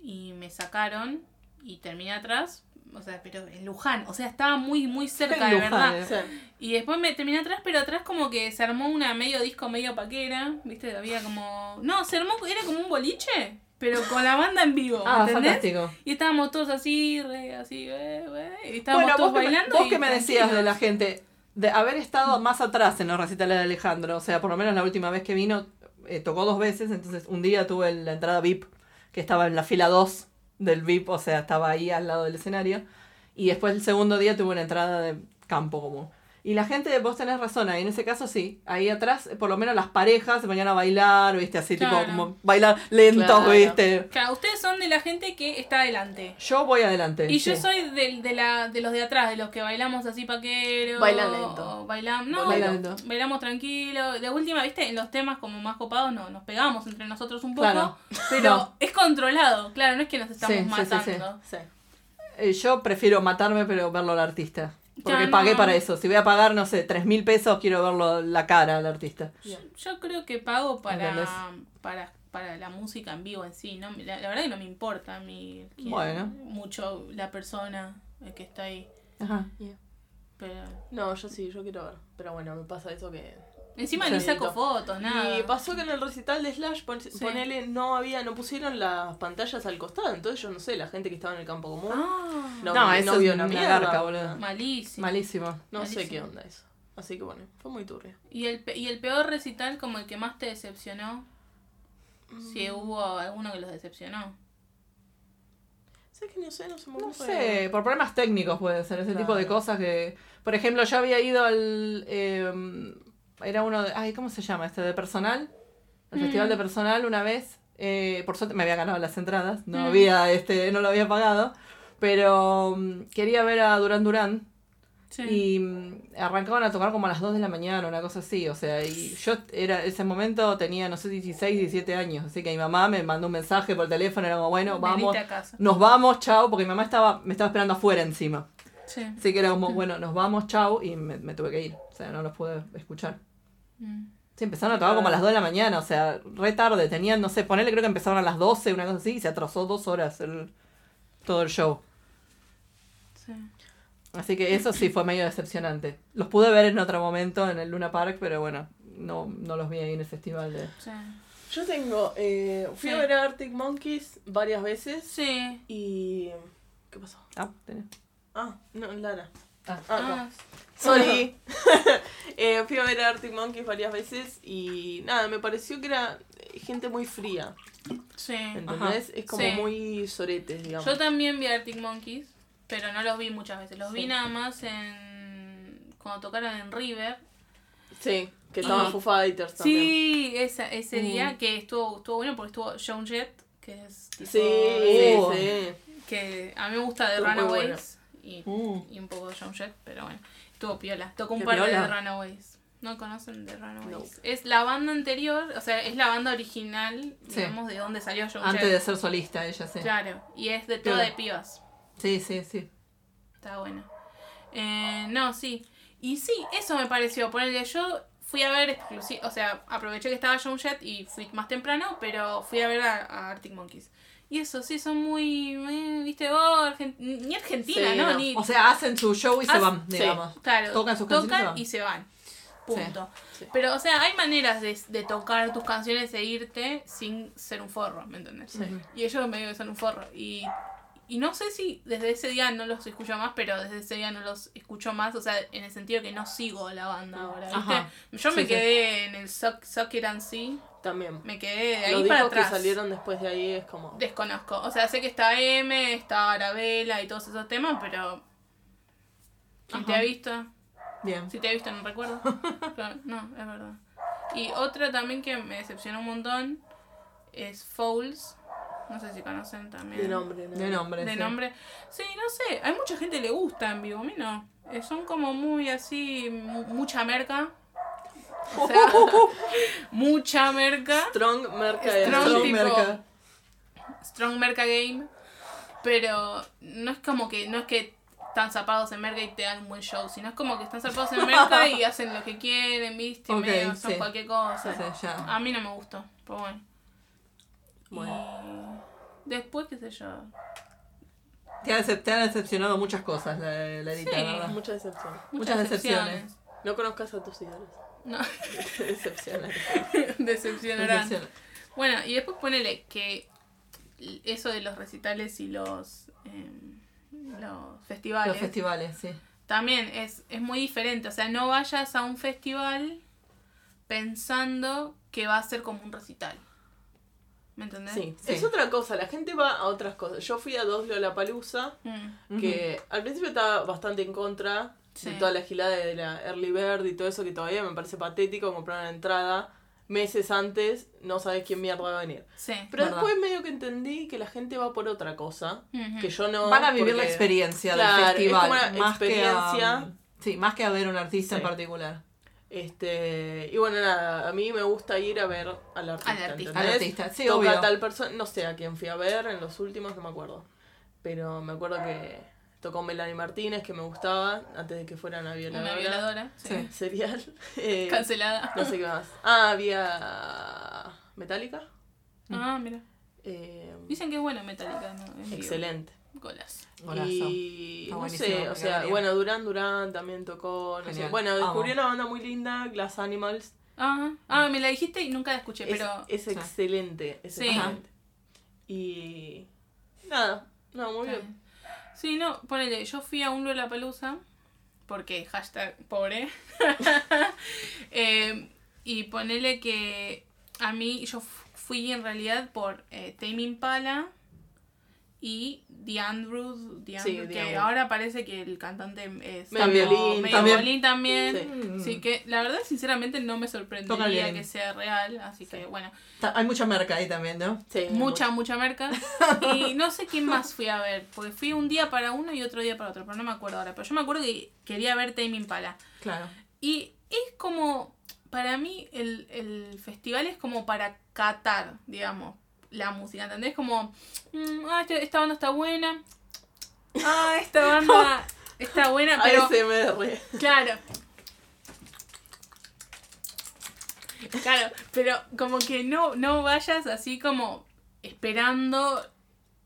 [SPEAKER 1] Y me sacaron y terminé atrás, o sea, pero en Luján, o sea, estaba muy, muy cerca,
[SPEAKER 3] En
[SPEAKER 1] de
[SPEAKER 3] Luján,
[SPEAKER 1] verdad.
[SPEAKER 3] eh.
[SPEAKER 2] O sea,
[SPEAKER 1] Y después me terminé atrás, pero atrás como que se armó una medio disco, medio paquera, ¿viste? Había como... No, se armó, era como un boliche, pero con la banda en vivo,
[SPEAKER 3] Ah,
[SPEAKER 1] ¿entendés?
[SPEAKER 3] fantástico.
[SPEAKER 1] Y estábamos todos así, re, así, eh, eh, y estábamos
[SPEAKER 3] Bueno,
[SPEAKER 1] todos
[SPEAKER 3] vos, que me-
[SPEAKER 1] bailando.
[SPEAKER 3] vos
[SPEAKER 1] y
[SPEAKER 3] que me decías de
[SPEAKER 1] tranquilos.
[SPEAKER 3] la gente, de haber estado más atrás en los recitales de Alejandro, o sea, por lo menos la última vez que vino, eh, tocó dos veces, entonces un día tuve la entrada VIP, que estaba en la fila 2 del VIP, o sea, estaba ahí al lado del escenario, y después el segundo día tuve una entrada de campo común. Y la gente, vos tenés razón, ahí en ese caso sí, ahí atrás, eh, por lo menos las parejas se ponían a bailar, viste, así
[SPEAKER 1] Claro.
[SPEAKER 3] tipo como bailar lentos,
[SPEAKER 2] Claro.
[SPEAKER 3] viste.
[SPEAKER 1] Claro, ustedes son de la gente que está adelante.
[SPEAKER 3] Yo voy adelante.
[SPEAKER 1] Y yo
[SPEAKER 3] sí.
[SPEAKER 1] soy del- de, la, de los de atrás, de los que bailamos así paquero.
[SPEAKER 2] Bailan lento.
[SPEAKER 1] o Bailam, no,
[SPEAKER 3] Bailan lento.
[SPEAKER 1] bailamos tranquilo. De última, viste, en los temas como más copados no, nos pegamos entre nosotros un poco.
[SPEAKER 3] Claro.
[SPEAKER 1] Pero
[SPEAKER 3] No.
[SPEAKER 1] es controlado, claro, no es que nos estamos
[SPEAKER 3] Sí, sí, sí, sí.
[SPEAKER 1] matando.
[SPEAKER 2] sí.
[SPEAKER 3] Eh, Yo prefiero matarme, pero verlo al artista. Porque
[SPEAKER 1] Ya, no.
[SPEAKER 3] pagué para eso. Si voy a pagar, no sé, tres mil pesos, quiero verlo la cara al artista.
[SPEAKER 1] Yo creo que pago
[SPEAKER 3] ¿Entendés?
[SPEAKER 1] para, para, para la música en vivo en sí. No, la, la verdad que no me importa a mí quién-
[SPEAKER 3] Bueno.
[SPEAKER 1] mucho la persona eh, que está ahí.
[SPEAKER 3] Ajá.
[SPEAKER 1] Pero
[SPEAKER 2] No, yo sí, yo quiero ver. Pero bueno, me pasa eso que.
[SPEAKER 1] encima
[SPEAKER 2] Sí.
[SPEAKER 1] ni saco fotos, nada.
[SPEAKER 2] Y pasó que en el recital de Slash, pon- ponele, no había, no pusieron las pantallas al costado. Entonces yo no sé, la gente que estaba en el campo común.
[SPEAKER 1] Ah,
[SPEAKER 2] No,
[SPEAKER 3] No,
[SPEAKER 2] vi-
[SPEAKER 3] eso
[SPEAKER 2] no vio
[SPEAKER 3] es
[SPEAKER 2] una
[SPEAKER 3] una
[SPEAKER 2] mierda.
[SPEAKER 3] garca, boludo.
[SPEAKER 1] malísimo.
[SPEAKER 3] Malísimo.
[SPEAKER 2] No sé
[SPEAKER 1] Malísimo.
[SPEAKER 2] qué onda eso. Así que bueno, fue muy turbio.
[SPEAKER 1] ¿Y el, pe- ¿Y el peor recital como el que más te decepcionó? Si hubo alguno que los decepcionó.
[SPEAKER 2] Sé que no sé, no se me
[SPEAKER 3] No
[SPEAKER 2] ocurre.
[SPEAKER 3] sé, por problemas técnicos puede ser, ese
[SPEAKER 2] Claro.
[SPEAKER 3] tipo de cosas que. Por ejemplo, yo había ido al. eh, era uno de. Ay, ¿cómo se llama? Este de personal. El
[SPEAKER 1] Mm.
[SPEAKER 3] festival de personal una vez. eh, por suerte me había ganado las entradas. No
[SPEAKER 1] Mm.
[SPEAKER 3] había, este, no lo había pagado. Pero mm, quería ver a Durán Durán. Y mm, arrancaban a tocar como a las 2 de la mañana, una cosa así. O sea, y yo era ese momento tenía, no sé, 16, 17 años. Así que mi mamá me mandó un mensaje por teléfono, era como, bueno, vamos,
[SPEAKER 1] Venite a casa.
[SPEAKER 3] nos vamos, chao, porque mi mamá estaba, me estaba esperando afuera encima.
[SPEAKER 1] Sí.
[SPEAKER 3] Así que era como, bueno, nos vamos, chao, y me, me tuve que ir. O sea, no los pude escuchar.
[SPEAKER 1] Mm.
[SPEAKER 3] Sí, empezaron a tocar como a las 2 de la mañana, o sea, re tarde. Tenían, no sé, ponele, creo que empezaron a las 12, una cosa así, y se atrasó dos horas el, todo el show.
[SPEAKER 1] Sí.
[SPEAKER 3] Así que eso sí fue medio decepcionante. Los pude ver en otro momento en el Luna Park, pero bueno, no, no los vi ahí en el festival de...
[SPEAKER 1] Sí.
[SPEAKER 2] Yo tengo. eh, fui
[SPEAKER 1] Sí.
[SPEAKER 2] a ver a Arctic Monkeys varias veces.
[SPEAKER 1] Sí.
[SPEAKER 2] Y. ¿Qué pasó?
[SPEAKER 3] Ah, tenés.
[SPEAKER 2] Ah, no, Lara.
[SPEAKER 3] Ah.
[SPEAKER 2] Ah, no.
[SPEAKER 1] Ah,
[SPEAKER 2] Sorry. Eh, fui a ver a Arctic Monkeys varias veces y nada, me pareció que era gente muy fría.
[SPEAKER 1] sí.
[SPEAKER 2] ¿Entendés? Es como
[SPEAKER 1] Sí.
[SPEAKER 2] muy soretes, digamos.
[SPEAKER 1] Yo también vi Arctic Monkeys, pero no los vi muchas veces. Los vi
[SPEAKER 2] Sí.
[SPEAKER 1] nada más en cuando tocaron en River.
[SPEAKER 2] sí, que estaba
[SPEAKER 1] Y-
[SPEAKER 2] Foo Fighters también.
[SPEAKER 1] Ah. Sí, esa, ese
[SPEAKER 3] Mm.
[SPEAKER 1] día que estuvo, estuvo bueno porque estuvo Joan Jett, que es tipo- uh.
[SPEAKER 2] Sí,
[SPEAKER 3] Oh.
[SPEAKER 2] sí.
[SPEAKER 1] que a mí me gusta de
[SPEAKER 2] Estuvo muy
[SPEAKER 1] Runaways y,
[SPEAKER 3] Mm.
[SPEAKER 1] y un poco de John Jett, pero bueno, estuvo piola. Tocó un
[SPEAKER 3] Qué
[SPEAKER 1] par
[SPEAKER 3] piola.
[SPEAKER 1] de Runaways. No conocen de Runaways.
[SPEAKER 2] No.
[SPEAKER 1] Es la banda anterior, o sea, es la banda original,
[SPEAKER 3] Sí.
[SPEAKER 1] digamos, de donde salió John
[SPEAKER 3] Antes de
[SPEAKER 1] Jett.
[SPEAKER 3] ser solista, ella sí.
[SPEAKER 1] Claro, y es de todo
[SPEAKER 3] Piola.
[SPEAKER 1] de pibas.
[SPEAKER 3] Sí, sí, sí.
[SPEAKER 1] Está bueno. Eh, no, sí. Y sí, eso me pareció. Ponerle, yo fui a ver exclusivo, o sea, aproveché que estaba John Jett y fui más temprano, pero fui a ver a, a Arctic Monkeys. Y eso, sí, son muy, eh, viste, vos, Argen- ni Argentina,
[SPEAKER 2] Sí,
[SPEAKER 1] ¿no?
[SPEAKER 2] no.
[SPEAKER 1] Ni,
[SPEAKER 3] O sea, hacen su show y se
[SPEAKER 1] Hacen-
[SPEAKER 3] van,
[SPEAKER 2] sí,
[SPEAKER 3] digamos.
[SPEAKER 1] claro,
[SPEAKER 3] tocan sus
[SPEAKER 1] tocan y
[SPEAKER 3] canciones
[SPEAKER 1] se van. Punto.
[SPEAKER 2] Sí.
[SPEAKER 1] Pero, o sea, hay maneras de, de tocar tus canciones e irte sin ser un forro, ¿me entendés? Y ellos me que son un forro. Y, y no sé si desde ese día no los escucho más, pero desde ese día no los escucho más, o sea, en el sentido que no sigo la banda ahora, ¿viste?
[SPEAKER 3] Ajá.
[SPEAKER 1] Yo
[SPEAKER 3] Sí,
[SPEAKER 1] me
[SPEAKER 3] sí.
[SPEAKER 1] quedé en el Suck, Suck It and See,
[SPEAKER 2] También.
[SPEAKER 1] me quedé de ahí
[SPEAKER 2] Los
[SPEAKER 1] para
[SPEAKER 2] discos que
[SPEAKER 1] atrás.
[SPEAKER 2] salieron después de ahí es como.
[SPEAKER 1] Desconozco. O sea, sé que está M, está Arabella y todos esos temas, pero. ¿Quién te
[SPEAKER 3] Ajá.
[SPEAKER 1] ha visto?
[SPEAKER 3] Bien.
[SPEAKER 1] Si te he visto, no recuerdo. Pero, no, es verdad. Y otra también que me decepcionó un montón es Fouls. No sé si conocen también.
[SPEAKER 2] De nombre, ¿no?
[SPEAKER 3] De nombre.
[SPEAKER 1] De
[SPEAKER 3] sí.
[SPEAKER 1] nombre. Sí, no sé. Hay mucha gente que le gusta en vivo. A mí no. Eh, Son como muy así. mu- Mucha merca. O sea, mucha merca.
[SPEAKER 2] Strong Merca
[SPEAKER 3] El
[SPEAKER 1] Strong,
[SPEAKER 3] show
[SPEAKER 1] tipo-
[SPEAKER 3] merca.
[SPEAKER 1] Strong Merca Game. Pero no es como que. No es que están zapados en merca y te dan un buen show, sino es como que están zapados en merca y hacen lo que quieren, viste, y
[SPEAKER 3] Ok,
[SPEAKER 1] medio son
[SPEAKER 3] sí.
[SPEAKER 1] cualquier cosa.
[SPEAKER 3] Sí, sí, ya.
[SPEAKER 1] A mí no me gustó, pero bueno.
[SPEAKER 2] Bueno.
[SPEAKER 1] Y después, qué sé yo.
[SPEAKER 3] Te, ha decep- te han decepcionado muchas cosas la, la edita,
[SPEAKER 1] Sí.
[SPEAKER 3] ¿verdad?
[SPEAKER 2] Mucha decepción.
[SPEAKER 3] Muchas decepciones.
[SPEAKER 2] No conozcas a tus ídolos.
[SPEAKER 1] No,
[SPEAKER 2] Te decepcionan.
[SPEAKER 1] decepcionarán.
[SPEAKER 3] Decepcion-
[SPEAKER 1] Bueno, y después ponele que eso de los recitales y los, eh, los festivales.
[SPEAKER 3] Los festivales, sí.
[SPEAKER 2] ¿Eh?
[SPEAKER 1] también es, es muy diferente. O sea, no vayas a un festival pensando que va a ser como un recital. ¿Me entendés?
[SPEAKER 2] Sí,
[SPEAKER 3] Sí.
[SPEAKER 2] es otra cosa, la gente va a otras cosas. Yo fui a dos Lollapalooza,
[SPEAKER 1] Mm.
[SPEAKER 2] que al principio estaba bastante en contra
[SPEAKER 1] Sí.
[SPEAKER 2] de toda la gilada de la Early Bird y todo eso, que todavía me parece patético comprar una entrada meses antes, no sabes quién mierda va a venir.
[SPEAKER 1] Sí.
[SPEAKER 2] Pero
[SPEAKER 3] Verdad.
[SPEAKER 2] después medio que entendí que la gente va por otra cosa,
[SPEAKER 1] Ujú.
[SPEAKER 2] que yo no...
[SPEAKER 3] Van a vivir la
[SPEAKER 2] porque-
[SPEAKER 3] experiencia
[SPEAKER 2] Claro,
[SPEAKER 3] del
[SPEAKER 2] es
[SPEAKER 3] festival.
[SPEAKER 2] como una
[SPEAKER 3] más Que a,
[SPEAKER 2] experiencia.
[SPEAKER 3] sí, más que a ver un artista en
[SPEAKER 2] Sí.
[SPEAKER 3] particular.
[SPEAKER 2] Este, y bueno, nada, a mí me gusta ir a ver al artista.
[SPEAKER 1] Al artista.
[SPEAKER 2] ¿entendés?
[SPEAKER 3] Al artista, sí,
[SPEAKER 2] Toca
[SPEAKER 3] obvio.
[SPEAKER 2] tal persona, no sé a quién fui a ver en los últimos, no me acuerdo. Pero me acuerdo que tocó Melanie Martínez, que me gustaba, antes de que fuera una violadora.
[SPEAKER 1] Una violadora. Sí.
[SPEAKER 3] Sí.
[SPEAKER 2] Serial. Eh,
[SPEAKER 1] Cancelada.
[SPEAKER 2] no sé qué más. Ah, había Metallica.
[SPEAKER 1] Ah, mira.
[SPEAKER 2] eh,
[SPEAKER 1] Dicen que es bueno Metallica. ¿no? En vivo.
[SPEAKER 2] excelente.
[SPEAKER 1] Golas.
[SPEAKER 3] Golazo.
[SPEAKER 2] Y
[SPEAKER 3] Está
[SPEAKER 2] no
[SPEAKER 3] buenísimo,
[SPEAKER 2] sé, o
[SPEAKER 3] Metallica
[SPEAKER 2] sea,
[SPEAKER 3] venía.
[SPEAKER 2] bueno, Durán Durán también tocó, no sé.
[SPEAKER 3] Genial.
[SPEAKER 2] Bueno, descubrí
[SPEAKER 3] Amo.
[SPEAKER 2] una banda muy linda, Glass Animals.
[SPEAKER 1] Ah, ah, me la dijiste y nunca la escuché,
[SPEAKER 2] Es-
[SPEAKER 1] pero.
[SPEAKER 2] es,
[SPEAKER 3] sí.
[SPEAKER 2] excelente, es
[SPEAKER 1] Sí.
[SPEAKER 2] excelente. Y nada, no, muy
[SPEAKER 1] Está
[SPEAKER 2] bien.
[SPEAKER 1] bien. Sí, no, ponele, yo fui a un Lollapalooza, porque hashtag pobre. Eh, y ponele que a mí, yo f- fui en realidad por eh, Tame Impala y The Andrews, The
[SPEAKER 2] Sí,
[SPEAKER 1] Andrews,
[SPEAKER 2] The
[SPEAKER 1] que
[SPEAKER 2] Andrews.
[SPEAKER 1] ahora parece que el cantante es
[SPEAKER 2] Medio
[SPEAKER 1] medio-
[SPEAKER 2] violín,
[SPEAKER 1] medio
[SPEAKER 3] también.
[SPEAKER 1] violín también.
[SPEAKER 2] Sí.
[SPEAKER 3] Mm.
[SPEAKER 1] Así que la verdad, sinceramente, no me
[SPEAKER 3] Toca el
[SPEAKER 1] sorprendería
[SPEAKER 3] violín.
[SPEAKER 1] que sea real. Así que bueno,
[SPEAKER 3] Ta- Hay mucha merca ahí también, ¿no?
[SPEAKER 2] Sí,
[SPEAKER 1] mucha, mucha merca. Y no sé quién más fui a ver, porque fui un día para uno y otro día para otro, pero no me acuerdo ahora. Pero yo me acuerdo que quería ver Tame Impala.
[SPEAKER 3] Claro.
[SPEAKER 1] Y es como, para mí, el, el festival es como para catar, digamos, la música, ¿entendés? Como, mm, ah, este- esta banda está buena, ah, esta banda está buena, pero...
[SPEAKER 2] ASMR.
[SPEAKER 1] Claro. Claro, pero como que no, no vayas así como esperando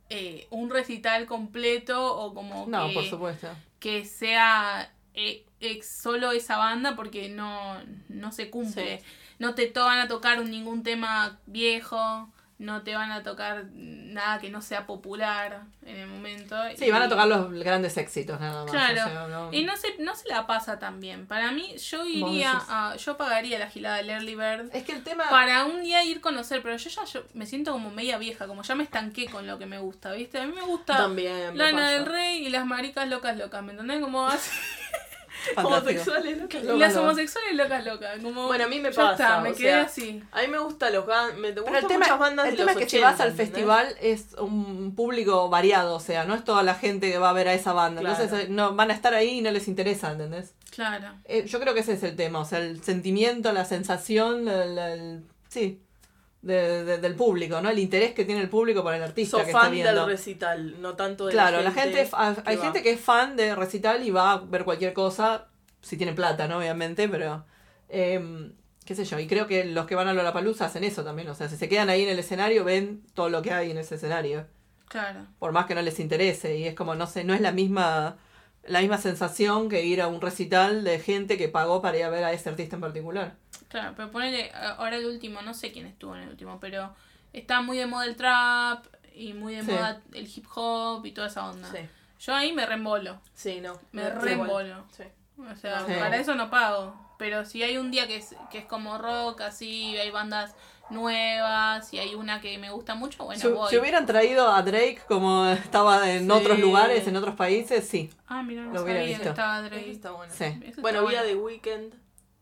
[SPEAKER 1] eh, un recital completo o como
[SPEAKER 3] No,
[SPEAKER 1] que,
[SPEAKER 3] por supuesto.
[SPEAKER 1] que sea eh, ex- solo esa banda porque no, no se cumple. No te to- van a tocar ningún tema viejo, no te van a tocar nada que no sea popular en el momento.
[SPEAKER 3] Sí, van a
[SPEAKER 1] y-
[SPEAKER 3] tocar los grandes éxitos nada más.
[SPEAKER 1] Claro.
[SPEAKER 3] o sea, no-
[SPEAKER 1] y no se, no se la pasa tan bien. Para mí, yo iría
[SPEAKER 3] decís.
[SPEAKER 1] a. Yo pagaría la gilada del Early Bird.
[SPEAKER 3] Es que el tema...
[SPEAKER 1] Para un día ir a conocer, pero yo ya yo me siento como media vieja, como ya me estanqué con lo que me gusta, ¿viste? A mí me gusta
[SPEAKER 2] También. me
[SPEAKER 1] Lana
[SPEAKER 2] pasa.
[SPEAKER 1] del Rey y las maricas locas locas, ¿me entendés? Como así.
[SPEAKER 3] Fantástico.
[SPEAKER 2] Homosexuales, ¿no?
[SPEAKER 1] y
[SPEAKER 2] Claro.
[SPEAKER 1] las homosexuales locas locas. Como,
[SPEAKER 2] Bueno, a mí me
[SPEAKER 1] ya
[SPEAKER 2] pasa,
[SPEAKER 1] está, me
[SPEAKER 2] o
[SPEAKER 1] quedé
[SPEAKER 2] sea,
[SPEAKER 1] así.
[SPEAKER 2] A mí me gustan los gan- me
[SPEAKER 3] Pero el
[SPEAKER 2] gustan
[SPEAKER 3] tema,
[SPEAKER 2] muchas bandas
[SPEAKER 3] el
[SPEAKER 2] de
[SPEAKER 3] tema
[SPEAKER 2] los
[SPEAKER 3] es que
[SPEAKER 2] 80,
[SPEAKER 3] si vas al
[SPEAKER 2] ¿entendés?
[SPEAKER 3] festival es un público variado, o sea, no es toda la gente que va a ver a esa banda.
[SPEAKER 2] Claro.
[SPEAKER 3] Entonces eh, no, van a estar ahí y no les interesa, ¿entendés?
[SPEAKER 1] Claro.
[SPEAKER 3] Eh, yo creo que ese es el tema, o sea, el sentimiento, la sensación, el, el- sí, de- de- del público, ¿no? El interés que tiene el público por el artista
[SPEAKER 2] Sos
[SPEAKER 3] que está
[SPEAKER 2] fan
[SPEAKER 3] viendo.
[SPEAKER 2] del recital, no tanto de
[SPEAKER 3] Claro,
[SPEAKER 2] la gente.
[SPEAKER 3] la gente, es- hay
[SPEAKER 2] va.
[SPEAKER 3] gente que es fan de recital y va a ver cualquier cosa si tienen plata, ¿no? Obviamente, pero... em, qué sé yo, y creo que los que van a Lollapalooza hacen eso también, o sea, si se quedan ahí en el escenario, ven todo lo que hay en ese escenario,
[SPEAKER 1] Claro.
[SPEAKER 3] por más que no les interese, y es como, no sé, no es la misma la misma sensación que ir a un recital de gente que pagó para ir a ver a ese artista en particular.
[SPEAKER 1] Claro, pero ponele, a- ahora el último, no sé quién estuvo en el último, pero está muy de moda el trap y muy de
[SPEAKER 3] Sí.
[SPEAKER 1] moda el hip hop y toda esa onda.
[SPEAKER 2] Sí.
[SPEAKER 1] Yo ahí me reembolo,
[SPEAKER 2] Sí, no.
[SPEAKER 1] me
[SPEAKER 2] no, sí, bueno.
[SPEAKER 1] reembolo.
[SPEAKER 2] Sí.
[SPEAKER 1] O sea,
[SPEAKER 3] Sí.
[SPEAKER 1] para eso no pago. Pero si hay un día que es, que es como rock, así, y hay bandas nuevas, y hay una que me gusta mucho, bueno,
[SPEAKER 3] Si,
[SPEAKER 1] voy.
[SPEAKER 3] si hubieran traído a Drake como estaba en
[SPEAKER 2] Sí.
[SPEAKER 3] otros lugares, en otros países, sí.
[SPEAKER 1] Ah, mira, no
[SPEAKER 3] Lo hubiera
[SPEAKER 1] sabía que
[SPEAKER 3] visto.
[SPEAKER 1] estaba
[SPEAKER 2] Creo que
[SPEAKER 1] Drake.
[SPEAKER 2] está bueno.
[SPEAKER 3] Sí.
[SPEAKER 1] Eso está
[SPEAKER 2] Bueno, vi a
[SPEAKER 1] bueno.
[SPEAKER 2] The Weeknd. Muy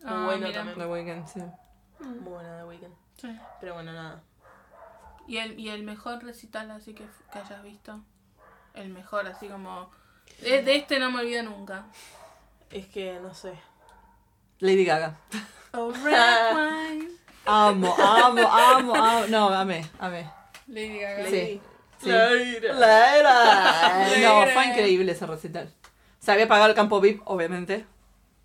[SPEAKER 1] Ah,
[SPEAKER 2] bueno
[SPEAKER 1] mira.
[SPEAKER 2] también.
[SPEAKER 3] The Weeknd, sí.
[SPEAKER 1] Ah.
[SPEAKER 2] Muy buena The Weeknd.
[SPEAKER 1] Sí.
[SPEAKER 2] Pero bueno, nada.
[SPEAKER 1] Y el, y el mejor recital así que, que hayas visto. El mejor, así como... De, de este no me olvido nunca.
[SPEAKER 2] Es que no sé.
[SPEAKER 3] Lady Gaga.
[SPEAKER 1] Oh, red wine.
[SPEAKER 3] Amo, amo, amo, amo. No, amé, amé.
[SPEAKER 1] Lady Gaga.
[SPEAKER 3] Sí. Sí.
[SPEAKER 2] Laira.
[SPEAKER 3] La era.
[SPEAKER 1] La
[SPEAKER 3] No,
[SPEAKER 1] era.
[SPEAKER 3] fue increíble ese recital. Se había pagado el campo VIP, obviamente.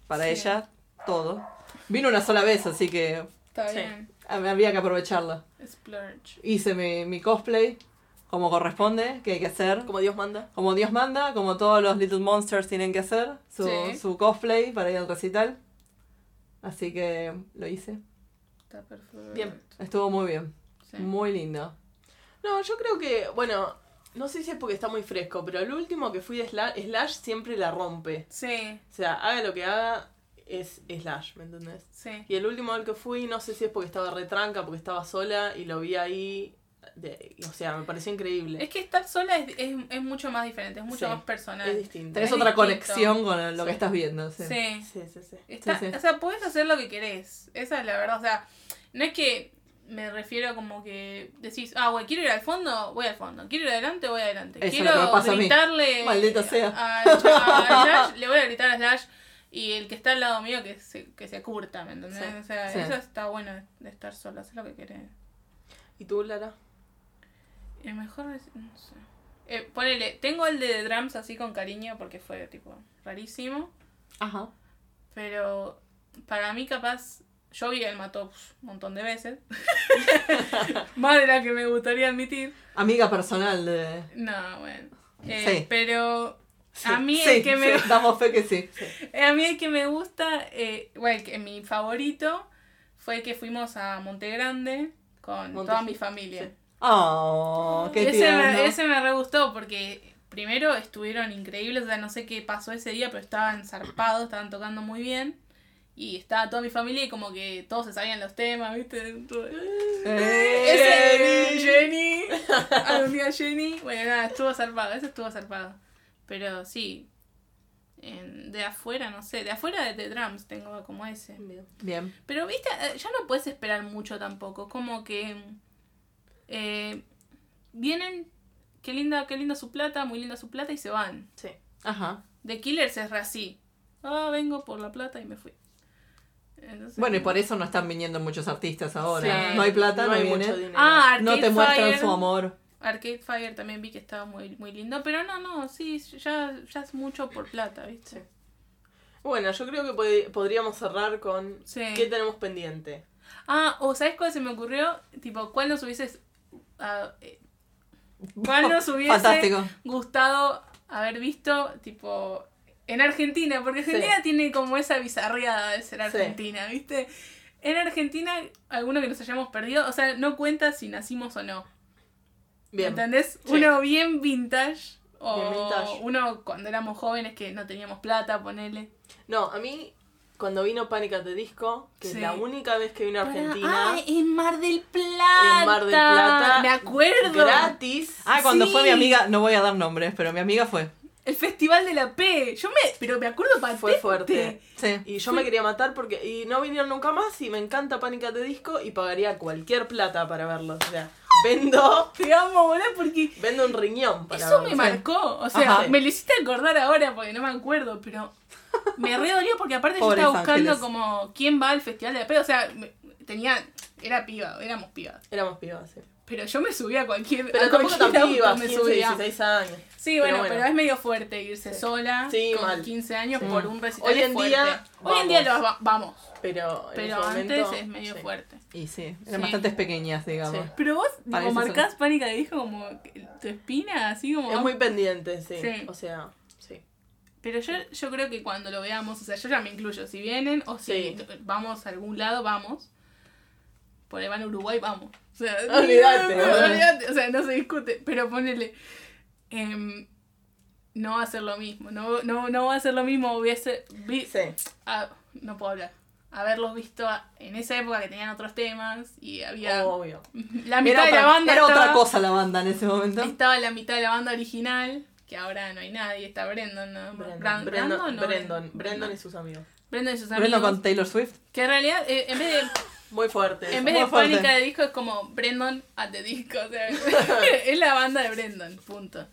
[SPEAKER 3] Para
[SPEAKER 1] Sí.
[SPEAKER 3] ella, todo. Vino una sola vez, así que
[SPEAKER 1] Está
[SPEAKER 2] Sí.
[SPEAKER 1] bien.
[SPEAKER 3] había que aprovecharla.
[SPEAKER 1] Splurge.
[SPEAKER 3] Hice mi, mi cosplay como corresponde, que hay que hacer.
[SPEAKER 2] Como Dios manda.
[SPEAKER 3] Como Dios manda, como todos los Little Monsters tienen que hacer su,
[SPEAKER 1] Sí.
[SPEAKER 3] su cosplay para ir al recital. Así que lo hice.
[SPEAKER 1] Está perfecto.
[SPEAKER 2] Bien.
[SPEAKER 3] Estuvo muy bien,
[SPEAKER 1] Sí.
[SPEAKER 3] muy lindo.
[SPEAKER 2] No, yo creo que, bueno, no sé si es porque está muy fresco, pero el último que fui de Slash, Slash siempre la rompe.
[SPEAKER 1] Sí,
[SPEAKER 2] O sea, haga lo que haga, es Slash, ¿me entendés?
[SPEAKER 1] sí.
[SPEAKER 2] Y el último al que fui, no sé si es porque estaba retranca, porque estaba sola y lo vi ahí. de- o sea, me pareció increíble.
[SPEAKER 1] Es que estar sola es, es, es mucho más diferente, es mucho
[SPEAKER 2] Sí.
[SPEAKER 1] más personal.
[SPEAKER 2] Es distinto.
[SPEAKER 3] Tenés
[SPEAKER 1] Es
[SPEAKER 3] otra
[SPEAKER 1] distinto.
[SPEAKER 3] conexión con lo que
[SPEAKER 2] Sí.
[SPEAKER 3] estás viendo. Sí.
[SPEAKER 1] Sí.
[SPEAKER 2] Sí, sí, sí.
[SPEAKER 1] Está-
[SPEAKER 3] Sí, sí.
[SPEAKER 1] O sea, puedes hacer lo que querés. Esa es la verdad. O sea, no es que me refiero como que decís, ah, güey, quiero ir al fondo, voy al fondo. Quiero ir adelante, voy adelante.
[SPEAKER 3] Eso es
[SPEAKER 1] quiero
[SPEAKER 3] lo que me pasa a mí.
[SPEAKER 1] gritarle.
[SPEAKER 3] Maldita sea.
[SPEAKER 1] A, a Slash, le voy a gritar a Slash. Y el que está al lado mío que se, que se curta, ¿me entendés?
[SPEAKER 2] Sí,
[SPEAKER 1] o sea,
[SPEAKER 3] sí.
[SPEAKER 1] eso está bueno de estar sola, hacer lo que querés.
[SPEAKER 2] ¿Y tú, Lara?
[SPEAKER 1] El mejor es- no sé. Eh, ponele, tengo el de The Drums así con cariño porque fue tipo rarísimo.
[SPEAKER 3] Ajá.
[SPEAKER 1] Pero para mí capaz, yo vi el mató un montón de veces. Más de la que me gustaría admitir.
[SPEAKER 3] Amiga personal de.
[SPEAKER 1] No, bueno. Eh,
[SPEAKER 3] Sí.
[SPEAKER 1] Pero a mí
[SPEAKER 3] Sí,
[SPEAKER 1] el que me
[SPEAKER 3] sí, damos fe que sí.
[SPEAKER 1] a mí el que me gusta, eh, bueno, el que, mi favorito fue que fuimos a Monte Grande con
[SPEAKER 2] Monte-
[SPEAKER 1] toda mi familia.
[SPEAKER 2] sí.
[SPEAKER 3] Oh, qué
[SPEAKER 1] ese,
[SPEAKER 3] tierno.
[SPEAKER 1] me, ese me re gustó porque primero estuvieron increíbles, o sea, no sé qué pasó ese día, pero estaban zarpados, estaban tocando muy bien. Y estaba toda mi familia y como que todos se sabían los temas, ¿viste? Todo-
[SPEAKER 3] Eh,
[SPEAKER 1] Ese Jenny, algún día Jenny. Bueno, nada, estuvo zarpado, ese estuvo zarpado. Pero sí, en- de afuera, no sé, de afuera de The Drums tengo como ese.
[SPEAKER 3] Bien.
[SPEAKER 1] Pero viste, Eh, ya no puedes esperar mucho tampoco. Como que eh, vienen, qué linda, qué linda su plata, muy linda su plata y se van.
[SPEAKER 2] Sí.
[SPEAKER 3] Ajá.
[SPEAKER 1] The Killers es re así. Ah, vengo por la plata y me fui. Entonces-
[SPEAKER 3] Bueno, y por eso no están viniendo muchos artistas ahora.
[SPEAKER 1] Sí.
[SPEAKER 3] No hay plata, no,
[SPEAKER 2] hay
[SPEAKER 3] vienen.
[SPEAKER 2] mucho dinero.
[SPEAKER 1] Ah, Arcade
[SPEAKER 3] no te muestran
[SPEAKER 1] Fire.
[SPEAKER 3] su amor.
[SPEAKER 1] Arcade Fire también vi que estaba muy, muy lindo, pero no, no, sí, ya, ya es mucho por plata, ¿viste?
[SPEAKER 2] Bueno, yo creo que pod- podríamos cerrar con
[SPEAKER 1] Sí.
[SPEAKER 2] qué tenemos pendiente.
[SPEAKER 1] Ah, o ¿sabes cuál se me ocurrió? Tipo, ¿cuál nos hubieses... ah, eh, ¿Cuál nos hubiese
[SPEAKER 3] Fantástico.
[SPEAKER 1] gustado haber visto, tipo, en Argentina? Porque Argentina
[SPEAKER 2] Sí.
[SPEAKER 1] tiene como esa bizarriada de ser
[SPEAKER 2] Sí.
[SPEAKER 1] argentina, ¿viste? En Argentina, alguno que nos hayamos perdido, o sea, no cuenta si nacimos o no.
[SPEAKER 2] Bien.
[SPEAKER 1] ¿Entendés?
[SPEAKER 2] Sí.
[SPEAKER 1] Uno bien vintage o
[SPEAKER 2] Bien vintage.
[SPEAKER 1] uno cuando éramos jóvenes que no teníamos plata, ponele.
[SPEAKER 2] No, a mí, cuando vino Pánica de Disco, que
[SPEAKER 1] Sí.
[SPEAKER 2] es la única vez que vino a Argentina,
[SPEAKER 1] Ah, en Mar del Plata.
[SPEAKER 2] En Mar del Plata.
[SPEAKER 1] Me acuerdo.
[SPEAKER 2] gratis.
[SPEAKER 3] Ah, cuando
[SPEAKER 1] Sí.
[SPEAKER 3] fue mi amiga, no voy a dar nombres, pero mi amiga fue.
[SPEAKER 1] El Festival de la P. Yo me, pero me acuerdo patente.
[SPEAKER 2] Fue fuerte.
[SPEAKER 3] Sí.
[SPEAKER 2] Y yo me quería matar porque. Y no vinieron nunca más y me encanta Pánica de Disco y pagaría cualquier plata para verlo. O sea, vendo,
[SPEAKER 1] Te amo, boludo, porque
[SPEAKER 2] vendo un riñón para
[SPEAKER 1] eso
[SPEAKER 2] verlo.
[SPEAKER 1] me marcó. O sea,
[SPEAKER 2] Ajá.
[SPEAKER 1] me lo hiciste acordar ahora porque no me acuerdo, pero me re dolió porque aparte yo
[SPEAKER 3] Pobres
[SPEAKER 1] estaba buscando
[SPEAKER 3] ángeles.
[SPEAKER 1] como quién va al Festival de la P. O sea, me- tenía, era piba, éramos pibas.
[SPEAKER 2] Éramos pibas, sí.
[SPEAKER 1] Pero yo me subía a cualquier.
[SPEAKER 2] Pero
[SPEAKER 1] a
[SPEAKER 2] tampoco
[SPEAKER 1] cualquier
[SPEAKER 2] tan
[SPEAKER 1] auto
[SPEAKER 2] vivas,
[SPEAKER 1] me
[SPEAKER 2] 15,
[SPEAKER 1] subía.
[SPEAKER 2] 16 años.
[SPEAKER 1] Sí, bueno, pero,
[SPEAKER 2] bueno.
[SPEAKER 1] es medio fuerte irse sola
[SPEAKER 2] Sí,
[SPEAKER 1] con
[SPEAKER 2] mal.
[SPEAKER 1] 15 años
[SPEAKER 3] Sí.
[SPEAKER 1] por un recital.
[SPEAKER 2] Hoy
[SPEAKER 1] es
[SPEAKER 2] en
[SPEAKER 1] fuerte.
[SPEAKER 2] día,
[SPEAKER 1] Hoy en día
[SPEAKER 2] vamos.
[SPEAKER 1] lo va- vamos,
[SPEAKER 2] Pero, en
[SPEAKER 1] pero
[SPEAKER 2] ese
[SPEAKER 1] antes
[SPEAKER 2] momento,
[SPEAKER 1] es medio
[SPEAKER 2] sí.
[SPEAKER 1] fuerte.
[SPEAKER 3] Y sí, eran
[SPEAKER 1] Sí.
[SPEAKER 3] bastante pequeñas, digamos.
[SPEAKER 2] Sí.
[SPEAKER 1] Pero vos, tipo,
[SPEAKER 3] Parece
[SPEAKER 1] marcás pánica de disco como que tu espina, así como.
[SPEAKER 2] Es muy pendiente, sí.
[SPEAKER 1] Sí.
[SPEAKER 2] O sea, sí.
[SPEAKER 1] Pero yo, yo creo que cuando lo veamos, o sea, yo ya me incluyo, si vienen o si
[SPEAKER 2] Sí.
[SPEAKER 1] t- vamos a algún lado, vamos. Ponele, van a Uruguay, vamos. O sea,
[SPEAKER 2] Olvídate, ¿no?
[SPEAKER 1] olvídate, o sea, no se discute, pero ponele. em, no va a ser lo mismo, no, no, no va a ser lo mismo, hubiese. vi-
[SPEAKER 2] Sí.
[SPEAKER 1] a- no puedo hablar. Haberlos visto a- en esa época que tenían otros temas y había.
[SPEAKER 2] Obvio.
[SPEAKER 1] La mitad
[SPEAKER 3] Oh. Era,
[SPEAKER 1] de
[SPEAKER 3] otra,
[SPEAKER 1] la banda.
[SPEAKER 3] era
[SPEAKER 1] estaba,
[SPEAKER 3] otra cosa la banda en ese momento.
[SPEAKER 1] Estaba la mitad de la banda original, que ahora no hay nadie, está Brendan, ¿no? Bran-
[SPEAKER 2] Brandon,
[SPEAKER 1] Brando,
[SPEAKER 2] Brandon,
[SPEAKER 1] ¿no?
[SPEAKER 2] Brandon,
[SPEAKER 1] Brandon.
[SPEAKER 2] y sus amigos.
[SPEAKER 1] Brendan y sus amigos.
[SPEAKER 3] Brendo con Taylor Swift.
[SPEAKER 1] Que en realidad, eh, en vez de,
[SPEAKER 2] Muy fuerte.
[SPEAKER 1] en
[SPEAKER 2] eso.
[SPEAKER 1] vez de
[SPEAKER 3] Muy fuerte.
[SPEAKER 1] pánica de disco, es como Brendan at the disco. O sea, es la banda de Brendan, punto.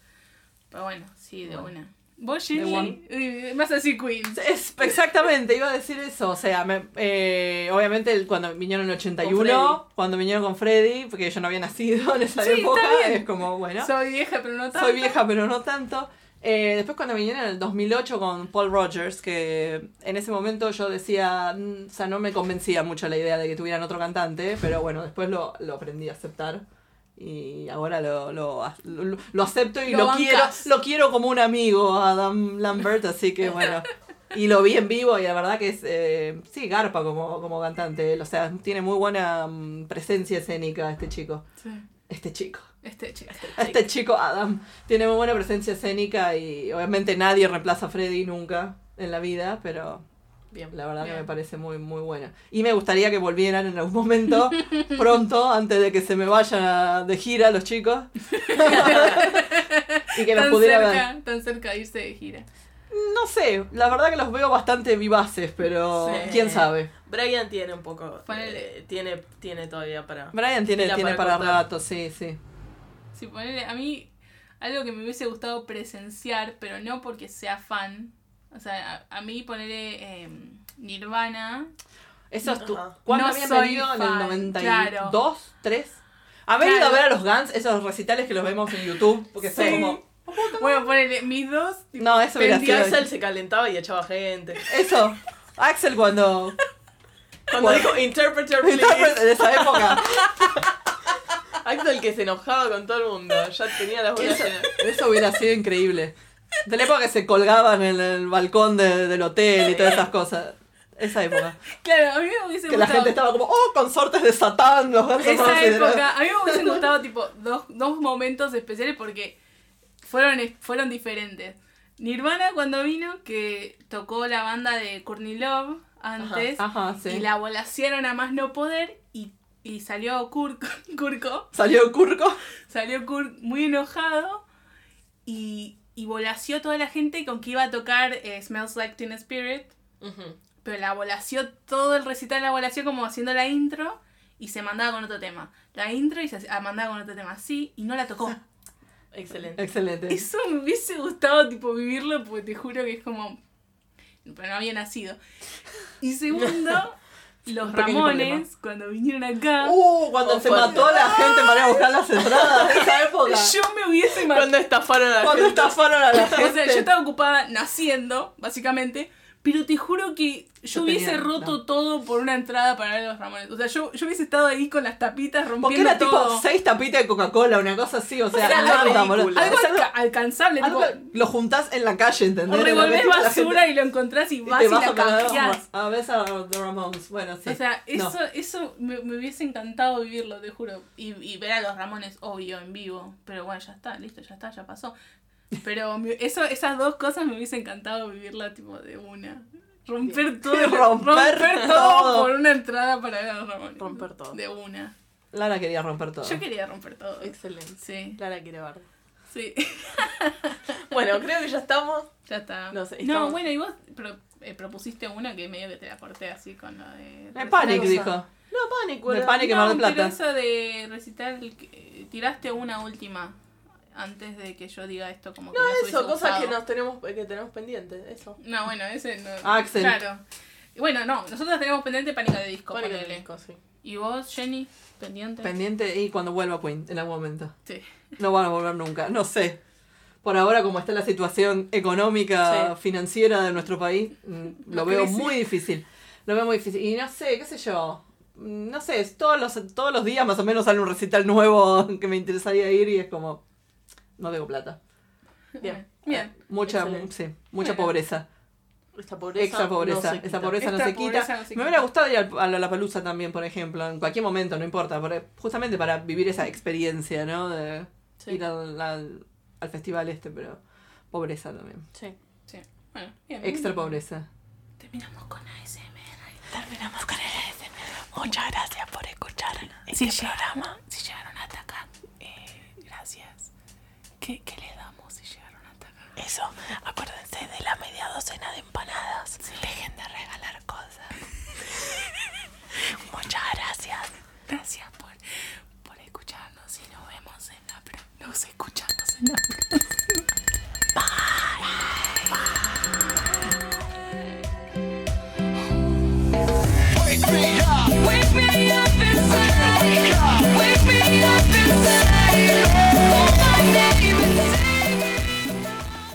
[SPEAKER 1] Pero bueno, sí, de una. ¿Vos, Shirley?
[SPEAKER 3] one.
[SPEAKER 1] Eh, Vas a decir Queen.
[SPEAKER 3] Es- exactamente, iba a decir eso. O sea, me- eh, obviamente el- cuando vinieron en el
[SPEAKER 2] Con
[SPEAKER 3] 81, cuando vinieron con Freddy, porque yo no había nacido en esa
[SPEAKER 1] Sí, está
[SPEAKER 3] época,
[SPEAKER 1] bien.
[SPEAKER 3] es como, bueno,
[SPEAKER 1] Soy vieja, pero no tanto.
[SPEAKER 3] soy vieja, pero no tanto. Eh, después cuando vinieron en el 2008 con Paul Rogers, que en ese momento yo decía, mm, o sea, no me convencía mucho la idea de que tuvieran otro cantante, pero bueno, después lo, lo aprendí a aceptar. Y ahora lo, lo, lo- lo acepto y
[SPEAKER 1] Lo
[SPEAKER 3] lo, quiero
[SPEAKER 1] bancás.
[SPEAKER 3] lo quiero como un amigo, Adam Lambert, así que bueno. Y lo vi en vivo y la verdad que es, eh, sí, garpa como, como cantante. él, O sea, tiene muy buena mm, presencia escénica este chico.
[SPEAKER 1] Sí.
[SPEAKER 3] Este chico.
[SPEAKER 1] Este chico.
[SPEAKER 3] Este chico Adam tiene muy buena presencia escénica y obviamente nadie reemplaza a Freddy nunca en la vida, pero
[SPEAKER 2] Bien.
[SPEAKER 3] la verdad que
[SPEAKER 1] Bien.
[SPEAKER 3] me parece muy muy buena. Y me gustaría que volvieran en algún momento pronto antes de que se me vayan de gira los chicos. y que los
[SPEAKER 1] Tan
[SPEAKER 3] pudiera
[SPEAKER 1] cerca,
[SPEAKER 3] ver.
[SPEAKER 1] tan cerca de irse de gira.
[SPEAKER 3] No sé, la verdad que los veo bastante vivaces, pero
[SPEAKER 1] Sí.
[SPEAKER 3] quién sabe.
[SPEAKER 2] Brian tiene un poco.
[SPEAKER 1] Ponele.
[SPEAKER 2] eh, tiene, tiene todavía para.
[SPEAKER 3] Brian tiene,
[SPEAKER 2] Tira
[SPEAKER 3] tiene para
[SPEAKER 2] para cortar.
[SPEAKER 3] rato, sí, sí.
[SPEAKER 1] Si ponele, a mí algo que me hubiese gustado presenciar, pero no porque sea fan. O sea, a, a mí ponerle Nirvana.
[SPEAKER 3] Eso es tu.
[SPEAKER 2] Ajá.
[SPEAKER 3] ¿Cuándo
[SPEAKER 1] No
[SPEAKER 3] habían
[SPEAKER 1] soy
[SPEAKER 3] venido? ¿En el
[SPEAKER 1] fan,
[SPEAKER 3] 92?
[SPEAKER 1] claro.
[SPEAKER 3] ¿3? Haber ido a
[SPEAKER 1] Claro.
[SPEAKER 3] ver a los Guns, esos recitales que los vemos en YouTube, porque son
[SPEAKER 2] Sí.
[SPEAKER 3] como.
[SPEAKER 1] Bueno, ponele mis dos. tipo,
[SPEAKER 3] No, eso hubiera
[SPEAKER 2] Y
[SPEAKER 1] pendientes.
[SPEAKER 3] sido.
[SPEAKER 2] Axel se calentaba y echaba gente.
[SPEAKER 3] Eso. Axel cuando.
[SPEAKER 2] Cuando
[SPEAKER 3] Bueno.
[SPEAKER 2] dijo Interpreter, please.
[SPEAKER 3] de esa época.
[SPEAKER 2] Axel que se enojaba con todo el mundo. Ya tenía las bolas
[SPEAKER 3] Eso,
[SPEAKER 2] llenas.
[SPEAKER 3] eso hubiera sido increíble. De la época que se colgaban en el balcón de- del hotel y todas esas cosas. Esa época.
[SPEAKER 1] Claro, a mí me hubiese
[SPEAKER 3] Que la
[SPEAKER 1] gustado.
[SPEAKER 3] gente estaba como, oh, consortes de Satán, los Guns son
[SPEAKER 1] Esa
[SPEAKER 3] considerados".
[SPEAKER 1] época, a mí me hubiesen gustado tipo dos, dos momentos especiales porque fueron, fueron diferentes. Nirvana cuando vino, que tocó la banda de Courtney Love antes,
[SPEAKER 3] Ajá, Ah, sí.
[SPEAKER 1] y la volasearon a más no poder y, y salió Kurt, Kurko,
[SPEAKER 3] Salió Curco.
[SPEAKER 1] salió Kurt muy enojado y, y volació a toda la gente con que iba a tocar eh, Smells Like Teen Spirit.
[SPEAKER 2] Ujú.
[SPEAKER 1] Pero la volació todo el recital, la volació como haciendo la intro y se mandaba con otro tema. La intro y se hacía- ah, mandaba con otro tema así y no la tocó.
[SPEAKER 2] Excelente.
[SPEAKER 3] Excelente.
[SPEAKER 1] Eso me hubiese gustado tipo vivirlo porque te juro que es como... Pero no había nacido. Y segundo, los
[SPEAKER 3] Pequeño
[SPEAKER 1] Ramones, cuando vinieron acá,
[SPEAKER 3] Uh, cuando
[SPEAKER 2] Oh,
[SPEAKER 3] se
[SPEAKER 2] cuando-
[SPEAKER 3] mató a la gente para ir a buscar las entradas. Esa época.
[SPEAKER 1] yo me hubiese matado.
[SPEAKER 2] Cuando estafaron a la
[SPEAKER 3] Cuando
[SPEAKER 2] gente.
[SPEAKER 3] estafaron a la gente.
[SPEAKER 1] O sea, yo estaba ocupada naciendo, básicamente. Pero te juro que yo
[SPEAKER 3] Yo
[SPEAKER 1] hubiese
[SPEAKER 3] tenía-
[SPEAKER 1] roto
[SPEAKER 3] no.
[SPEAKER 1] todo por una entrada para ver a los Ramones. O sea, yo, yo hubiese estado ahí con las tapitas
[SPEAKER 3] Porque
[SPEAKER 1] rompiendo
[SPEAKER 3] era
[SPEAKER 1] todo.
[SPEAKER 3] tipo seis tapitas de Coca-Cola, una cosa así, o sea,
[SPEAKER 1] O sea,
[SPEAKER 3] no
[SPEAKER 1] algo-
[SPEAKER 3] tan boludo.
[SPEAKER 1] Algo
[SPEAKER 3] O sea,
[SPEAKER 1] alca- alcanzable,
[SPEAKER 3] algo-
[SPEAKER 1] tipo,
[SPEAKER 3] lo juntás en la calle,
[SPEAKER 1] o
[SPEAKER 3] ¿entendés?
[SPEAKER 1] revolvés
[SPEAKER 3] De repente la
[SPEAKER 1] basura
[SPEAKER 3] gente-
[SPEAKER 1] y lo encontrás y
[SPEAKER 3] y
[SPEAKER 1] vas y,
[SPEAKER 3] te vas
[SPEAKER 1] la
[SPEAKER 3] a parar
[SPEAKER 1] cambiás.
[SPEAKER 3] a veces a los Ramones, bueno, sí.
[SPEAKER 1] O sea,
[SPEAKER 3] No.
[SPEAKER 1] eso, eso me, me hubiese encantado vivirlo, te juro. Y, y ver a los Ramones, obvio, en vivo. Pero bueno, ya está, listo, ya está, ya pasó. Pero me- eso, esas dos cosas me hubiese encantado vivirla tipo de una. Romper todo,
[SPEAKER 3] romper
[SPEAKER 1] todo
[SPEAKER 3] todo.
[SPEAKER 1] por una entrada para ver a los Ramones.
[SPEAKER 2] Romper todo.
[SPEAKER 1] De una.
[SPEAKER 3] Lara quería romper todo.
[SPEAKER 1] Yo quería romper todo.
[SPEAKER 2] Excelente.
[SPEAKER 1] Sí,
[SPEAKER 2] Clara quiere ver.
[SPEAKER 1] sí.
[SPEAKER 2] Bueno, creo que ya estamos.
[SPEAKER 1] Ya está. No,
[SPEAKER 2] No sé, estamos-
[SPEAKER 1] bueno, y vos pro- eh, propusiste una que medio que te la corté así con lo de.
[SPEAKER 3] Me panic,
[SPEAKER 2] cosa.
[SPEAKER 3] dijo.
[SPEAKER 2] No, pánico.
[SPEAKER 3] Me
[SPEAKER 2] era-
[SPEAKER 3] pánico. que Mar del Plata.
[SPEAKER 1] pero eso de recitar, que- eh, tiraste una última antes de que yo diga esto como que
[SPEAKER 2] No,
[SPEAKER 1] nos hubiese
[SPEAKER 2] eso, cosas
[SPEAKER 1] gustado.
[SPEAKER 2] que nos tenemos, que tenemos pendientes. Eso.
[SPEAKER 1] No, bueno, ese no.
[SPEAKER 3] Axel.
[SPEAKER 1] Claro. Y Bueno, no, nosotros tenemos pendiente pánica de disco.
[SPEAKER 2] Pánico
[SPEAKER 1] ponele.
[SPEAKER 2] disco, sí.
[SPEAKER 1] ¿Y vos, Jenny? ¿Pendiente?
[SPEAKER 3] Pendiente y cuando vuelva Queen, en algún momento.
[SPEAKER 1] Sí.
[SPEAKER 3] No van a volver nunca, no sé. Por ahora, como está la situación económica, financiera de nuestro país, mm, lo veo
[SPEAKER 1] crisis.
[SPEAKER 3] muy difícil. Lo veo muy difícil. Y no sé, qué sé yo. Mm, No sé, es todos los, todos los días más o menos sale un recital nuevo que me interesaría ir y es como, no tengo plata. Eh,
[SPEAKER 2] Bien.
[SPEAKER 3] Ah,
[SPEAKER 1] Bien.
[SPEAKER 3] Mucha,
[SPEAKER 2] Excelente.
[SPEAKER 3] sí, mucha
[SPEAKER 1] Bueno.
[SPEAKER 3] pobreza.
[SPEAKER 2] Esta pobreza.
[SPEAKER 3] Extra pobreza.
[SPEAKER 2] no se
[SPEAKER 3] Esa
[SPEAKER 2] quita.
[SPEAKER 3] pobreza no
[SPEAKER 1] Esta
[SPEAKER 3] se quita.
[SPEAKER 1] pobreza no se
[SPEAKER 3] Me hubiera gustado ir al- a la palusa también, por ejemplo, en cualquier momento, no importa, por- eh, justamente para vivir esa experiencia, ¿no? De
[SPEAKER 2] Sí.
[SPEAKER 3] ir al, al- al festival este, pero pobreza también.
[SPEAKER 2] Sí.
[SPEAKER 1] Sí. Bueno, bien.
[SPEAKER 3] Extra pobreza.
[SPEAKER 1] Terminamos con ASMR.
[SPEAKER 5] Terminamos con el ASMR. Muchas gracias por escuchar este programa.
[SPEAKER 1] Si llegaron hasta acá.
[SPEAKER 5] Eh, gracias. ¿Qué, qué les damos si llegaron hasta acá? Eso, acuérdense de la media docena de empanadas. De